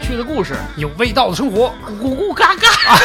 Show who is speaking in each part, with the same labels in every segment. Speaker 1: 趣的故事，
Speaker 2: 有味道的生活，
Speaker 1: 咕咕咕嘎嘎。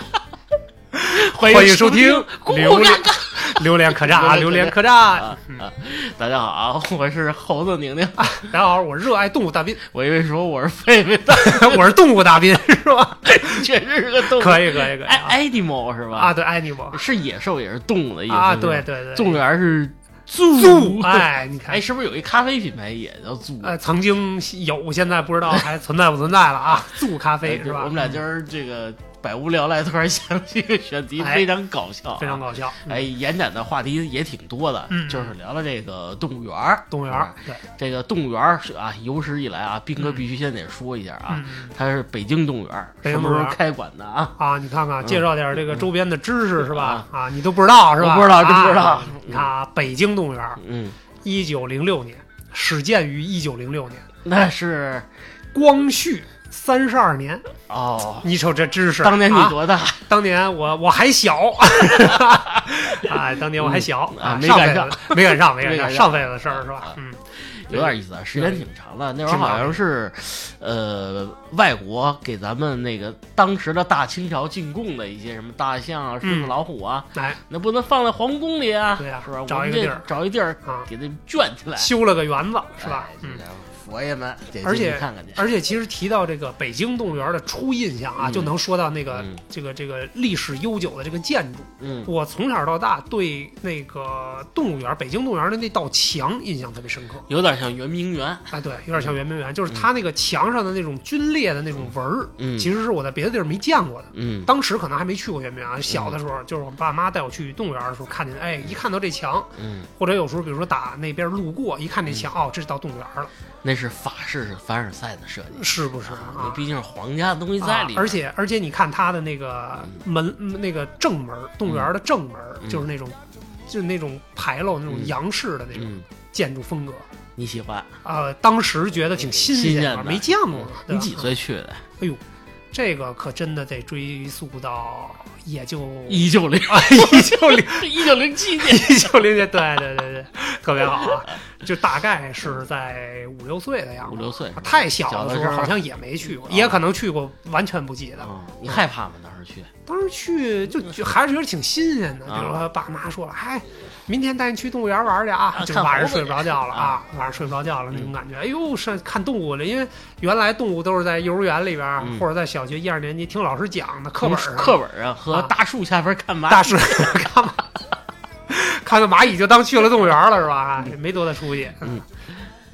Speaker 2: 欢
Speaker 1: 迎
Speaker 2: 收
Speaker 1: 听
Speaker 2: 听
Speaker 1: 咕
Speaker 2: 榴
Speaker 1: 咕嘎
Speaker 2: 莲
Speaker 1: 嘎。
Speaker 2: 榴莲 客栈啊，榴莲客栈。
Speaker 1: 啊啊！大家好啊，我是猴子宁宁。
Speaker 2: 大家好， 我 热爱动物大斌，
Speaker 1: 我以为说我是狒狒的，
Speaker 2: 我是动物大 斌，是吧？
Speaker 1: 确实是个动物。
Speaker 2: 可以，可以，可以
Speaker 1: 哎
Speaker 2: 啊！
Speaker 1: ，animal 是吧？
Speaker 2: 啊，对，animal
Speaker 1: 是野兽，也是动物的意思
Speaker 2: 啊，
Speaker 1: 是吧
Speaker 2: 对对对，
Speaker 1: 动物园是
Speaker 2: zoo，哎，你看
Speaker 1: 哎，，是不是有一咖啡品牌也叫 zoo？哎
Speaker 2: 呃，曾经有，现在不知道还存在不存在了啊？zoo 咖
Speaker 1: 哎
Speaker 2: 啡是吧？
Speaker 1: 我们俩今儿这个百无聊赖，突然想起一个选题，
Speaker 2: 哎
Speaker 1: 非常搞笑啊，
Speaker 2: 非常搞笑。嗯
Speaker 1: 哎，，延展的话题也挺多的，
Speaker 2: 嗯
Speaker 1: 就是聊聊这个动物园儿。
Speaker 2: 动物园
Speaker 1: 啊
Speaker 2: 儿，对
Speaker 1: 这个动物园儿是啊，有史以来啊，斌哥
Speaker 2: 嗯
Speaker 1: 必须先得说一下啊，
Speaker 2: 嗯
Speaker 1: 它是北京动物园儿
Speaker 2: 北
Speaker 1: 什
Speaker 2: 京
Speaker 1: 么
Speaker 2: 动物
Speaker 1: 时
Speaker 2: 园儿
Speaker 1: 候开馆的啊？
Speaker 2: 啊，你看看，介绍点这个周边的知识是吧？啊，你都不知道是吧？
Speaker 1: 嗯我不知道，真嗯
Speaker 2: 啊
Speaker 1: 不知道。
Speaker 2: 你看啊，北京动物园儿，
Speaker 1: 嗯，
Speaker 2: 一九零六年始建于一九零六年，
Speaker 1: 那是
Speaker 2: 光绪三十二年。
Speaker 1: 哦，
Speaker 2: 你瞅这知识，
Speaker 1: 当年你
Speaker 2: 啊
Speaker 1: 多大？
Speaker 2: 当年我我 还小，啊，当年我还小
Speaker 1: 嗯啊没
Speaker 2: 上
Speaker 1: 赶
Speaker 2: 辈
Speaker 1: 上
Speaker 2: 子，没赶上，没
Speaker 1: 没
Speaker 2: 赶
Speaker 1: 赶上
Speaker 2: 上，上辈子的事儿是吧
Speaker 1: 啊？
Speaker 2: 嗯，
Speaker 1: 有点意思啊，时间挺长的。那会儿好像是，呃，外国给咱们那个当时的大清朝进贡的一些什么大象啊、狮子、
Speaker 2: 嗯
Speaker 1: 老虎啊，
Speaker 2: 来
Speaker 1: 那不能放在皇宫里啊，
Speaker 2: 对啊
Speaker 1: 是吧？
Speaker 2: 找
Speaker 1: 我们
Speaker 2: 一个
Speaker 1: 这
Speaker 2: 地儿
Speaker 1: 找一地儿
Speaker 2: 啊，
Speaker 1: 给它圈起来，
Speaker 2: 修了个园子是吧
Speaker 1: 哎？
Speaker 2: 嗯
Speaker 1: 这。个佛爷们得
Speaker 2: 而
Speaker 1: 进去
Speaker 2: 且
Speaker 1: 看看去，
Speaker 2: 而且其实提到这个北京动物园的初印象啊，
Speaker 1: 嗯
Speaker 2: 就能说到那个、
Speaker 1: 嗯
Speaker 2: 这个这个历史悠久的这个建筑。
Speaker 1: 嗯，
Speaker 2: 我从小到大对那个动物园，北京动物园的那道墙印象特别深刻。
Speaker 1: 有点像圆明园，
Speaker 2: 哎，对，有点
Speaker 1: 嗯
Speaker 2: 像圆明园，就是它那个墙上的那种皲裂的那种纹儿，
Speaker 1: 嗯，
Speaker 2: 其实是我在别的地儿没见过的。
Speaker 1: 嗯
Speaker 2: 当时可能还没去过圆明园啊，小的时候就是我爸妈带我去动物园的时候看见，哎，一看到这墙，
Speaker 1: 嗯，
Speaker 2: 或者有时候比如说打那边路过，一看这墙，哦，这是到动物园了，
Speaker 1: 那是法式凡尔赛的设计，
Speaker 2: 是不是
Speaker 1: 那
Speaker 2: 啊？
Speaker 1: 毕竟是皇家的东西在里面，
Speaker 2: 啊而且而且你看它的那个门、那个正门，动物园的正门、
Speaker 1: 嗯
Speaker 2: 就是那种。就是那种牌楼、那种
Speaker 1: 嗯
Speaker 2: 洋式的那种
Speaker 1: 嗯，
Speaker 2: 建筑风格，
Speaker 1: 你喜欢？嗯
Speaker 2: 呃，当时觉得挺新
Speaker 1: 新
Speaker 2: 鲜
Speaker 1: 鲜
Speaker 2: 的，
Speaker 1: 的嗯
Speaker 2: 没见过。对
Speaker 1: 你
Speaker 2: 吧
Speaker 1: 几？岁去的？
Speaker 2: 哎呦，这个可真的得追溯到也就
Speaker 1: 一九零
Speaker 2: 嗯 一九零
Speaker 1: 一九零七年，
Speaker 2: 一九零年，对对对对，特别好啊！就大概是在五六岁的样
Speaker 1: 五
Speaker 2: 子，
Speaker 1: 六岁。
Speaker 2: 太小
Speaker 1: 小的
Speaker 2: 的时
Speaker 1: 时
Speaker 2: 候
Speaker 1: 候
Speaker 2: 好像也没去过，
Speaker 1: 啊
Speaker 2: 也可能去过，完全不记得。
Speaker 1: 啊，你害怕吗？当时去？
Speaker 2: 当时去就就还是觉得挺新鲜的，
Speaker 1: 啊
Speaker 2: 比如说爸妈说了，哎，明天带你去动物园玩去啊，
Speaker 1: 啊
Speaker 2: 就
Speaker 1: 看
Speaker 2: 晚上
Speaker 1: 猴子
Speaker 2: 睡不着觉了啊
Speaker 1: 啊，嗯
Speaker 2: 晚上睡不着觉了那种感觉。哎呦，上看动物了，因为原来动物都是在幼儿园里边儿
Speaker 1: 嗯
Speaker 2: 或者在小学一二年级听老师讲的课本上，
Speaker 1: 课本啊，和
Speaker 2: 啊
Speaker 1: 大树下边看蚂
Speaker 2: 大
Speaker 1: 蚁。
Speaker 2: 树干嘛？ 看到蚂蚁就当去了动物园了是吧？也没多大出息。
Speaker 1: 嗯，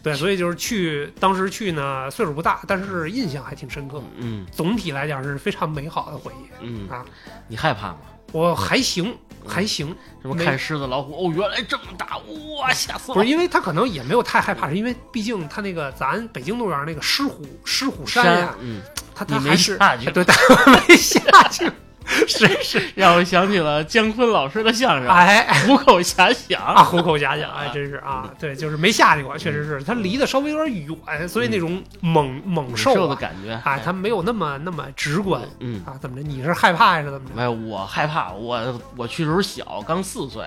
Speaker 2: 对，所以就是去，当时去呢岁数不大，但是印象还挺深刻。
Speaker 1: 嗯
Speaker 2: 总体来讲是非常美好的回忆。
Speaker 1: 嗯
Speaker 2: 啊，
Speaker 1: 你害怕吗？
Speaker 2: 我还行，还行，
Speaker 1: 什么
Speaker 2: 没
Speaker 1: 看狮子、老虎？哦，原来这么大，哇，吓死我！
Speaker 2: 不是因为他可能也没有太害怕，是因为毕竟他那个咱北京动物园那个狮虎狮虎山呀、
Speaker 1: 山，嗯，
Speaker 2: 他他
Speaker 1: 你
Speaker 2: 还
Speaker 1: 没
Speaker 2: 是
Speaker 1: 下去，啊
Speaker 2: 对，他没下 去，是是，
Speaker 1: 让我想起了姜昆老师的相声
Speaker 2: 哎。
Speaker 1: 《虎口遐想
Speaker 2: 啊，》。虎口遐想，哎，真是啊，对，就是没下去过，确实是，它离得稍微有点远，所以那种猛猛兽
Speaker 1: 兽的
Speaker 2: 啊，
Speaker 1: 感觉，
Speaker 2: 哎，它没有那么那么直观
Speaker 1: 嗯，
Speaker 2: 啊，怎么着？你是害怕还是怎么着
Speaker 1: 哎，我害怕，我我去的时候小，刚四岁，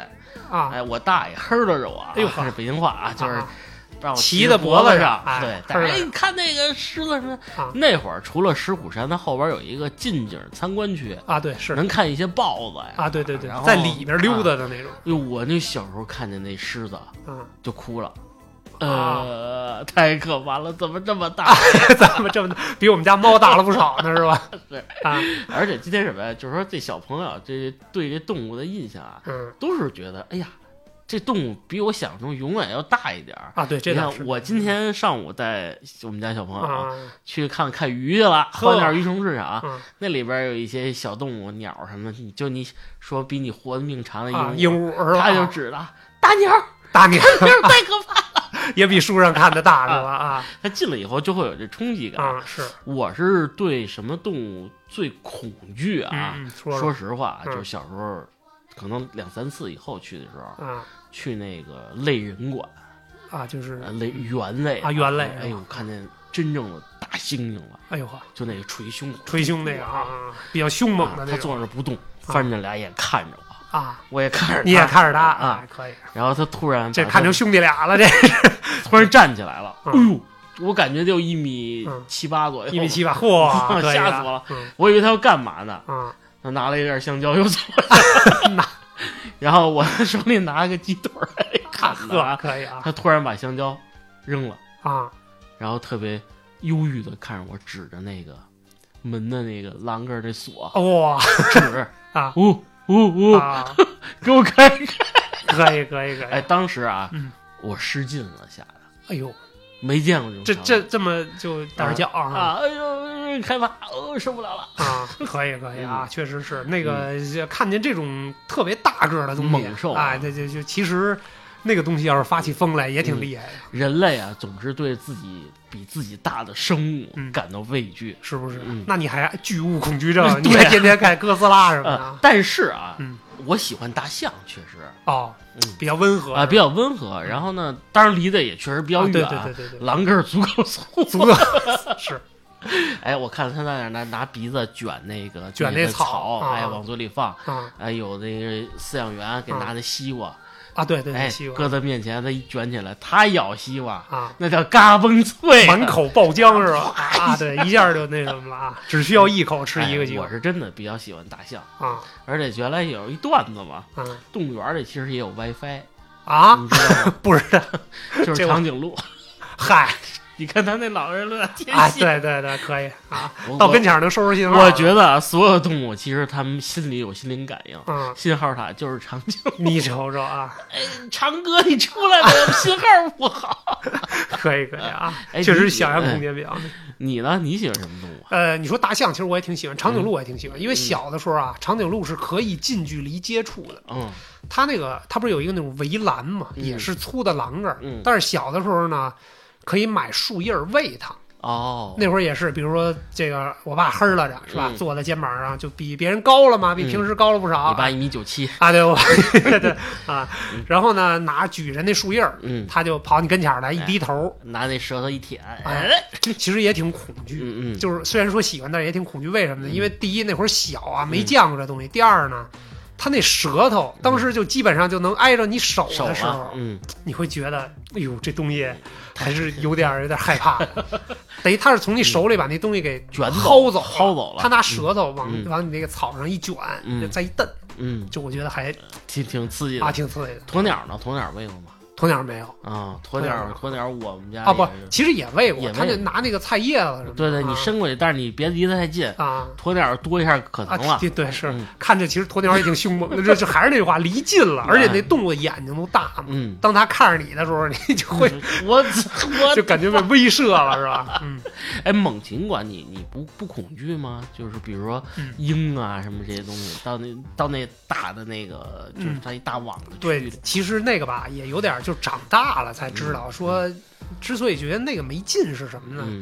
Speaker 2: 啊？
Speaker 1: 哎，我大爷黑着着我啊，
Speaker 2: 哎呦呵
Speaker 1: 这是北京话啊，就是
Speaker 2: 啊
Speaker 1: 让我
Speaker 2: 骑
Speaker 1: 骑
Speaker 2: 在脖
Speaker 1: 脖
Speaker 2: 子
Speaker 1: 子
Speaker 2: 上哎
Speaker 1: 对，
Speaker 2: 是
Speaker 1: 但是哎，你看那个狮子什么
Speaker 2: 啊
Speaker 1: 的，那会儿除了石虎山，它后边有一个近景参观区，
Speaker 2: 啊，对，是
Speaker 1: 能看一些豹子呀。
Speaker 2: 啊，对对对
Speaker 1: 然，后
Speaker 2: 在里边溜。
Speaker 1: 啊
Speaker 2: 达的那种
Speaker 1: 哟，我那小时候看见那狮子
Speaker 2: 啊，
Speaker 1: 就哭了，
Speaker 2: 啊
Speaker 1: 呃，太可怕了，怎么这么大？
Speaker 2: 咱们这么比我们家猫大了不少呢，是吧？
Speaker 1: 是
Speaker 2: 啊，
Speaker 1: 而且今天什么呀？就是说这小朋友这对这动物的印象啊，
Speaker 2: 嗯
Speaker 1: 都是觉得哎呀，这动物比我想象中永远要大一点儿。
Speaker 2: 啊，对，这
Speaker 1: 你
Speaker 2: 倒
Speaker 1: 看，
Speaker 2: 是
Speaker 1: 我今天上午带我们家小朋友啊
Speaker 2: 啊
Speaker 1: 去看看鱼去了，
Speaker 2: 呵
Speaker 1: 花鸟鱼虫市场、
Speaker 2: 嗯
Speaker 1: 那里边有一些小动物、鸟什么的，你就你说比你活的命长的
Speaker 2: 啊，
Speaker 1: 鹦
Speaker 2: 鹦
Speaker 1: 鹉，
Speaker 2: 鹉儿
Speaker 1: 他就
Speaker 2: 了，
Speaker 1: 指了大鸟，
Speaker 2: 大鸟
Speaker 1: 大鸟太 可怕。
Speaker 2: 也比书上看的大是吧？啊
Speaker 1: 他进了以后就会有这冲击感。
Speaker 2: 啊，是
Speaker 1: 我是对什么动物最恐惧啊？
Speaker 2: 嗯，嗯说
Speaker 1: 说实话，啊
Speaker 2: 嗯
Speaker 1: 就是小时候，可能两三次以后去的时候，
Speaker 2: 啊
Speaker 1: 去那个类人馆，
Speaker 2: 啊，就是
Speaker 1: 呃类猿类
Speaker 2: 啊猿类是吧
Speaker 1: 哎呦，看见真正的大猩猩了，
Speaker 2: 哎呦呵，
Speaker 1: 就那个捶胸口
Speaker 2: 捶胸那个啊，啊比较凶猛的
Speaker 1: 他
Speaker 2: 那种
Speaker 1: 坐那儿不动，翻着俩眼看着我，
Speaker 2: 啊，
Speaker 1: 我也看着
Speaker 2: 你也看着他
Speaker 1: 啊，哎
Speaker 2: 哎可以，
Speaker 1: 然后他突然把
Speaker 2: 这
Speaker 1: 他
Speaker 2: 看成兄弟俩了，这
Speaker 1: 突然站起来了，
Speaker 2: 嗯
Speaker 1: 哎呦，我感觉就一米
Speaker 2: 嗯
Speaker 1: 七八左右，
Speaker 2: 一米七吧， 嚯，可以
Speaker 1: 吓死我了！嗯
Speaker 2: 嗯
Speaker 1: 我以为他要干嘛呢？
Speaker 2: 啊，
Speaker 1: 他拿了一袋香蕉又走了，然后我手里拿了个鸡腿儿，哎看
Speaker 2: 呵，
Speaker 1: 他，
Speaker 2: 可以啊
Speaker 1: 他突然把香蕉扔了，
Speaker 2: 啊，
Speaker 1: 然后特别忧郁的看着我，指着那个门的那个栏杆儿的锁，
Speaker 2: 哇
Speaker 1: 指，
Speaker 2: 啊
Speaker 1: 呜呜呜，
Speaker 2: 啊，
Speaker 1: 给我开开！
Speaker 2: 可以可以可
Speaker 1: 哎，
Speaker 2: 以，
Speaker 1: 当时啊
Speaker 2: 嗯，
Speaker 1: 我失禁了，吓得
Speaker 2: 哎呦，
Speaker 1: 没见过这种
Speaker 2: 这
Speaker 1: 场
Speaker 2: 这
Speaker 1: 景
Speaker 2: 这么就胆儿小啊
Speaker 1: 啊，哎呦，害怕，哦，受不了了，
Speaker 2: 啊，可以可以
Speaker 1: 嗯
Speaker 2: 啊，确实是那个看见这种特别大个儿的东西，
Speaker 1: 猛兽啊
Speaker 2: 哎，这这就其实那个东西要是发起疯来也挺厉害的，
Speaker 1: 人类啊，总是对自己比自己大的生
Speaker 2: 嗯
Speaker 1: 物感到畏惧。
Speaker 2: 是不是
Speaker 1: 嗯？
Speaker 2: 那你还巨物 恐惧症，
Speaker 1: 对
Speaker 2: 你还天天看哥斯拉什么的
Speaker 1: 呃
Speaker 2: 啊，？
Speaker 1: 但是 啊，
Speaker 2: 嗯
Speaker 1: 我喜欢大象，确实
Speaker 2: 哦
Speaker 1: 嗯，
Speaker 2: 比较温和
Speaker 1: 啊、比较温和。然后呢，当然离得也确实比
Speaker 2: 较
Speaker 1: 较
Speaker 2: 对
Speaker 1: 远，啊
Speaker 2: 对对对对，
Speaker 1: 栏杆儿足够 粗。
Speaker 2: 足够是
Speaker 1: 哎，我看他在那儿拿拿鼻子卷那个
Speaker 2: 卷
Speaker 1: 那
Speaker 2: 那
Speaker 1: 个
Speaker 2: 草
Speaker 1: 草，
Speaker 2: 啊
Speaker 1: 哎，往嘴里放。
Speaker 2: 啊
Speaker 1: 哎，有那个饲养员给
Speaker 2: 啊
Speaker 1: 拿的西瓜，
Speaker 2: 啊，对对对，
Speaker 1: 哎
Speaker 2: 西，瓜
Speaker 1: 搁他面前，他一卷起来，他咬西瓜，
Speaker 2: 啊，
Speaker 1: 那叫嘎嘣脆啊，
Speaker 2: 满口爆浆是吧？啊，对，一下就那什么了啊， 只需要一口吃一个
Speaker 1: 哎
Speaker 2: 鸡
Speaker 1: 我是真的比较喜欢大象，
Speaker 2: 啊
Speaker 1: 而且原来有一段子嘛，
Speaker 2: 啊
Speaker 1: 动物园里其实也有 WiFi，
Speaker 2: 啊！
Speaker 1: 你知道吗？
Speaker 2: 不知道，
Speaker 1: 就是
Speaker 2: 这我
Speaker 1: 长颈鹿，
Speaker 2: 嗨
Speaker 1: 你看他那老人乐天
Speaker 2: 啊，
Speaker 1: 性，
Speaker 2: 对对对，可以啊，
Speaker 1: 我
Speaker 2: 到跟前儿能收拾信号。
Speaker 1: 我我觉得啊，所有动物其实它们心里有心灵感应。
Speaker 2: 嗯，
Speaker 1: 信号塔就是长颈鹿，
Speaker 2: 你瞅瞅啊，
Speaker 1: 长哥你出 来了，信号不好。
Speaker 2: 可以可以啊，
Speaker 1: 哎
Speaker 2: 确实
Speaker 1: 你
Speaker 2: 想象空间比较。
Speaker 1: 你呢？你喜欢什么动物啊？
Speaker 2: 呃，你说大象，其实我也挺喜欢，长颈鹿我也挺喜欢，因为小的时候啊，长颈鹿是可以近距离接触的。
Speaker 1: 嗯
Speaker 2: 它那个它不是有一个那种围栏嘛，
Speaker 1: 嗯
Speaker 2: 也是粗的栏杆儿，
Speaker 1: 嗯
Speaker 2: 但是小的时候呢，可以买树叶儿喂它。
Speaker 1: 哦，
Speaker 2: 那会儿也是，比如说这个我爸黑了着是吧，
Speaker 1: 嗯
Speaker 2: 坐在肩膀上就比别人高了嘛，比平时高了不少。
Speaker 1: 你爸一嗯米九七，
Speaker 2: 啊，对，我对对啊，然后呢，拿举着那树叶儿，
Speaker 1: 嗯，
Speaker 2: 他就跑你跟前儿来，一
Speaker 1: 哎
Speaker 2: 低头，
Speaker 1: 拿那舌头一舔，
Speaker 2: 哎
Speaker 1: 哎，
Speaker 2: 其实也挺恐惧。
Speaker 1: 嗯嗯，
Speaker 2: 就是虽然说喜欢，但是也挺恐惧。为什么呢？
Speaker 1: 嗯
Speaker 2: 因为第一那会儿小啊，没见过这东西；第二呢，他那舌头当时就基本上就能挨着你手
Speaker 1: 嗯手
Speaker 2: 的时
Speaker 1: 了
Speaker 2: 候，，
Speaker 1: 嗯，
Speaker 2: 你会觉得，哎呦，这东西还是有点儿有点儿害怕的。 等于他是从你手里把那东西给
Speaker 1: 卷
Speaker 2: 薅走
Speaker 1: 走，薅走了
Speaker 2: 他拿舌头往、
Speaker 1: 嗯
Speaker 2: 往你那个草上一卷，
Speaker 1: 嗯
Speaker 2: 就再一蹬，
Speaker 1: 嗯，
Speaker 2: 就我觉得还
Speaker 1: 挺挺刺激的
Speaker 2: 啊。挺刺激的。
Speaker 1: 鸵鸟呢？鸵鸟喂过吗？
Speaker 2: 鸵鸟没有
Speaker 1: 啊，鸵鸟，鸵鸟，我们家
Speaker 2: 啊，不
Speaker 1: 也是，
Speaker 2: 其实也喂过，
Speaker 1: 哎也
Speaker 2: 他
Speaker 1: 喂
Speaker 2: 就拿那个菜叶子什么的。
Speaker 1: 对对，
Speaker 2: 啊
Speaker 1: 你伸过去，但是你别离得太近，
Speaker 2: 啊
Speaker 1: 鸵鸟多一下可
Speaker 2: 啊
Speaker 1: 疼了，。
Speaker 2: 对对是
Speaker 1: 嗯，
Speaker 2: 看着其实鸵鸟也挺凶猛的， 这这还是那句话，离近了，而且那动物眼睛都大
Speaker 1: 哎
Speaker 2: 嘛。
Speaker 1: 嗯，
Speaker 2: 当它看着你的时候，你就会
Speaker 1: 我我
Speaker 2: 就感觉被威慑了，是吧？ 嗯，
Speaker 1: 哎，猛禽馆你你不不恐惧吗？就是比如说
Speaker 2: 嗯
Speaker 1: 鹰啊什么这些东西，到那到那大的那个，就是
Speaker 2: 嗯
Speaker 1: 它一大网子
Speaker 2: 对
Speaker 1: 去，
Speaker 2: 其实那个吧，也有点儿就长大了才知道，说之所以觉得那个没劲是什么呢？
Speaker 1: 嗯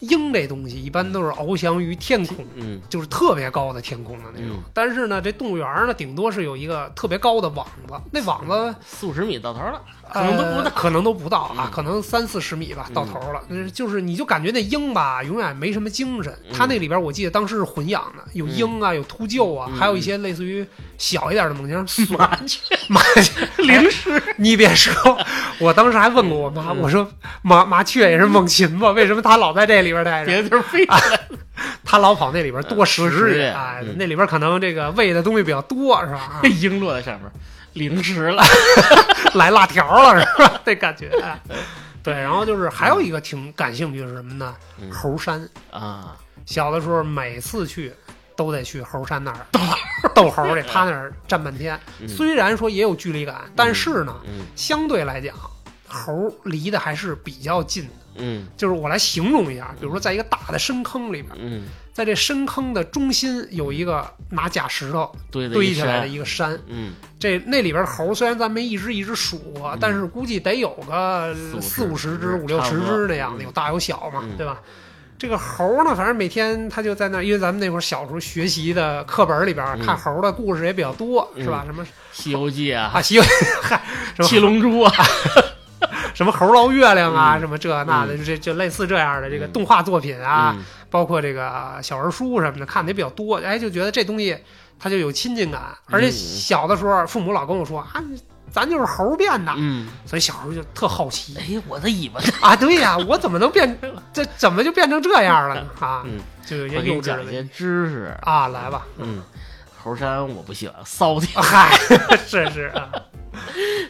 Speaker 2: 鹰这东西一般都是翱翔于天空，
Speaker 1: 嗯
Speaker 2: 就是特别高的天空的那种。
Speaker 1: 嗯，
Speaker 2: 但是呢，这动物园呢，顶多是有一个特别高的网子，那网子
Speaker 1: 四五十米到头了，嗯可能都不
Speaker 2: 呃
Speaker 1: 到。
Speaker 2: 可能都不到
Speaker 1: 嗯
Speaker 2: 啊，可能三四十米吧，
Speaker 1: 嗯嗯
Speaker 2: 到头了。那就是你就感觉那鹰吧，永远没什么精神。它那里边我记得当时是混养的，有鹰啊，有秃鹫啊，
Speaker 1: 嗯
Speaker 2: 还有一些类似于小一点的猛禽儿，隼
Speaker 1: 麻雀
Speaker 2: 麻雀 零食。你别说，我当时还问过我妈，
Speaker 1: 嗯
Speaker 2: 我说麻麻雀也是猛禽吧？为什么它老在这里边待着？
Speaker 1: 别地儿
Speaker 2: 哎
Speaker 1: 飞
Speaker 2: 它老跑那里边多食
Speaker 1: 多呃食
Speaker 2: 去
Speaker 1: 去
Speaker 2: 哎
Speaker 1: 嗯，
Speaker 2: 那里边可能这个喂的东西比较多，是 吧？啊
Speaker 1: 鹰落在上面，零食了。
Speaker 2: 来辣条了，是 吧？那感觉。哎对，然后就是还有一个挺感兴趣的是什么呢？
Speaker 1: 嗯
Speaker 2: 猴山，
Speaker 1: 啊，
Speaker 2: 小的时候每次去都得去猴山那儿逗 逗猴去，趴那儿站半天。
Speaker 1: 嗯
Speaker 2: 虽然说也有距离感，但是呢，
Speaker 1: 嗯
Speaker 2: 相对来讲，猴离得还是比较近的。
Speaker 1: 嗯
Speaker 2: 就是我来形容一下，比如说在一个大的深坑里边，
Speaker 1: 嗯，
Speaker 2: 在这深坑的中心有一个拿假石头
Speaker 1: 堆的
Speaker 2: 堆
Speaker 1: 一
Speaker 2: 起来的
Speaker 1: 圈
Speaker 2: 一个山，
Speaker 1: 嗯
Speaker 2: 这那里边猴虽然咱没一只一只数过，
Speaker 1: 嗯
Speaker 2: 但是估计得有个四
Speaker 1: 四
Speaker 2: 五
Speaker 1: 五
Speaker 2: 十
Speaker 1: 十
Speaker 2: 只、
Speaker 1: 只
Speaker 2: 五六十
Speaker 1: 差不
Speaker 2: 只
Speaker 1: 多
Speaker 2: 那样
Speaker 1: 嗯
Speaker 2: 的，有大有小嘛，
Speaker 1: 嗯
Speaker 2: 对吧？这个猴呢，反正每天它就在那儿，因为咱们那会儿小时候学习的课本里边、
Speaker 1: 嗯
Speaker 2: 看猴的故事也比较多，
Speaker 1: 嗯
Speaker 2: 是吧？什么
Speaker 1: 《西游记》啊，
Speaker 2: 啊，西游嗨，什
Speaker 1: 《七
Speaker 2: 么
Speaker 1: 龙珠》啊，
Speaker 2: 什么猴捞月亮啊，
Speaker 1: 嗯
Speaker 2: 什么这那的，就这就类似这样的这个动画作品啊，
Speaker 1: 嗯
Speaker 2: 包括这个小人书什么的，看的也比较多，哎，就觉得这东西它就有亲近感，而且
Speaker 1: 嗯
Speaker 2: 小的时候父母老跟我说啊，咱就是猴变的，
Speaker 1: 嗯，
Speaker 2: 所以小时候就特好奇
Speaker 1: 哎呀，我的尾巴，
Speaker 2: 啊，对呀、我怎么能变这怎么就变成这样了呢啊？
Speaker 1: 嗯，
Speaker 2: 就有
Speaker 1: 我
Speaker 2: 些
Speaker 1: 给
Speaker 2: 幼
Speaker 1: 你
Speaker 2: 稚
Speaker 1: 讲
Speaker 2: 的
Speaker 1: 一
Speaker 2: 问
Speaker 1: 些
Speaker 2: 题
Speaker 1: 知识，
Speaker 2: 啊，来吧，啊
Speaker 1: 嗯，猴山我不喜欢，骚的。
Speaker 2: 嗨， 是是啊，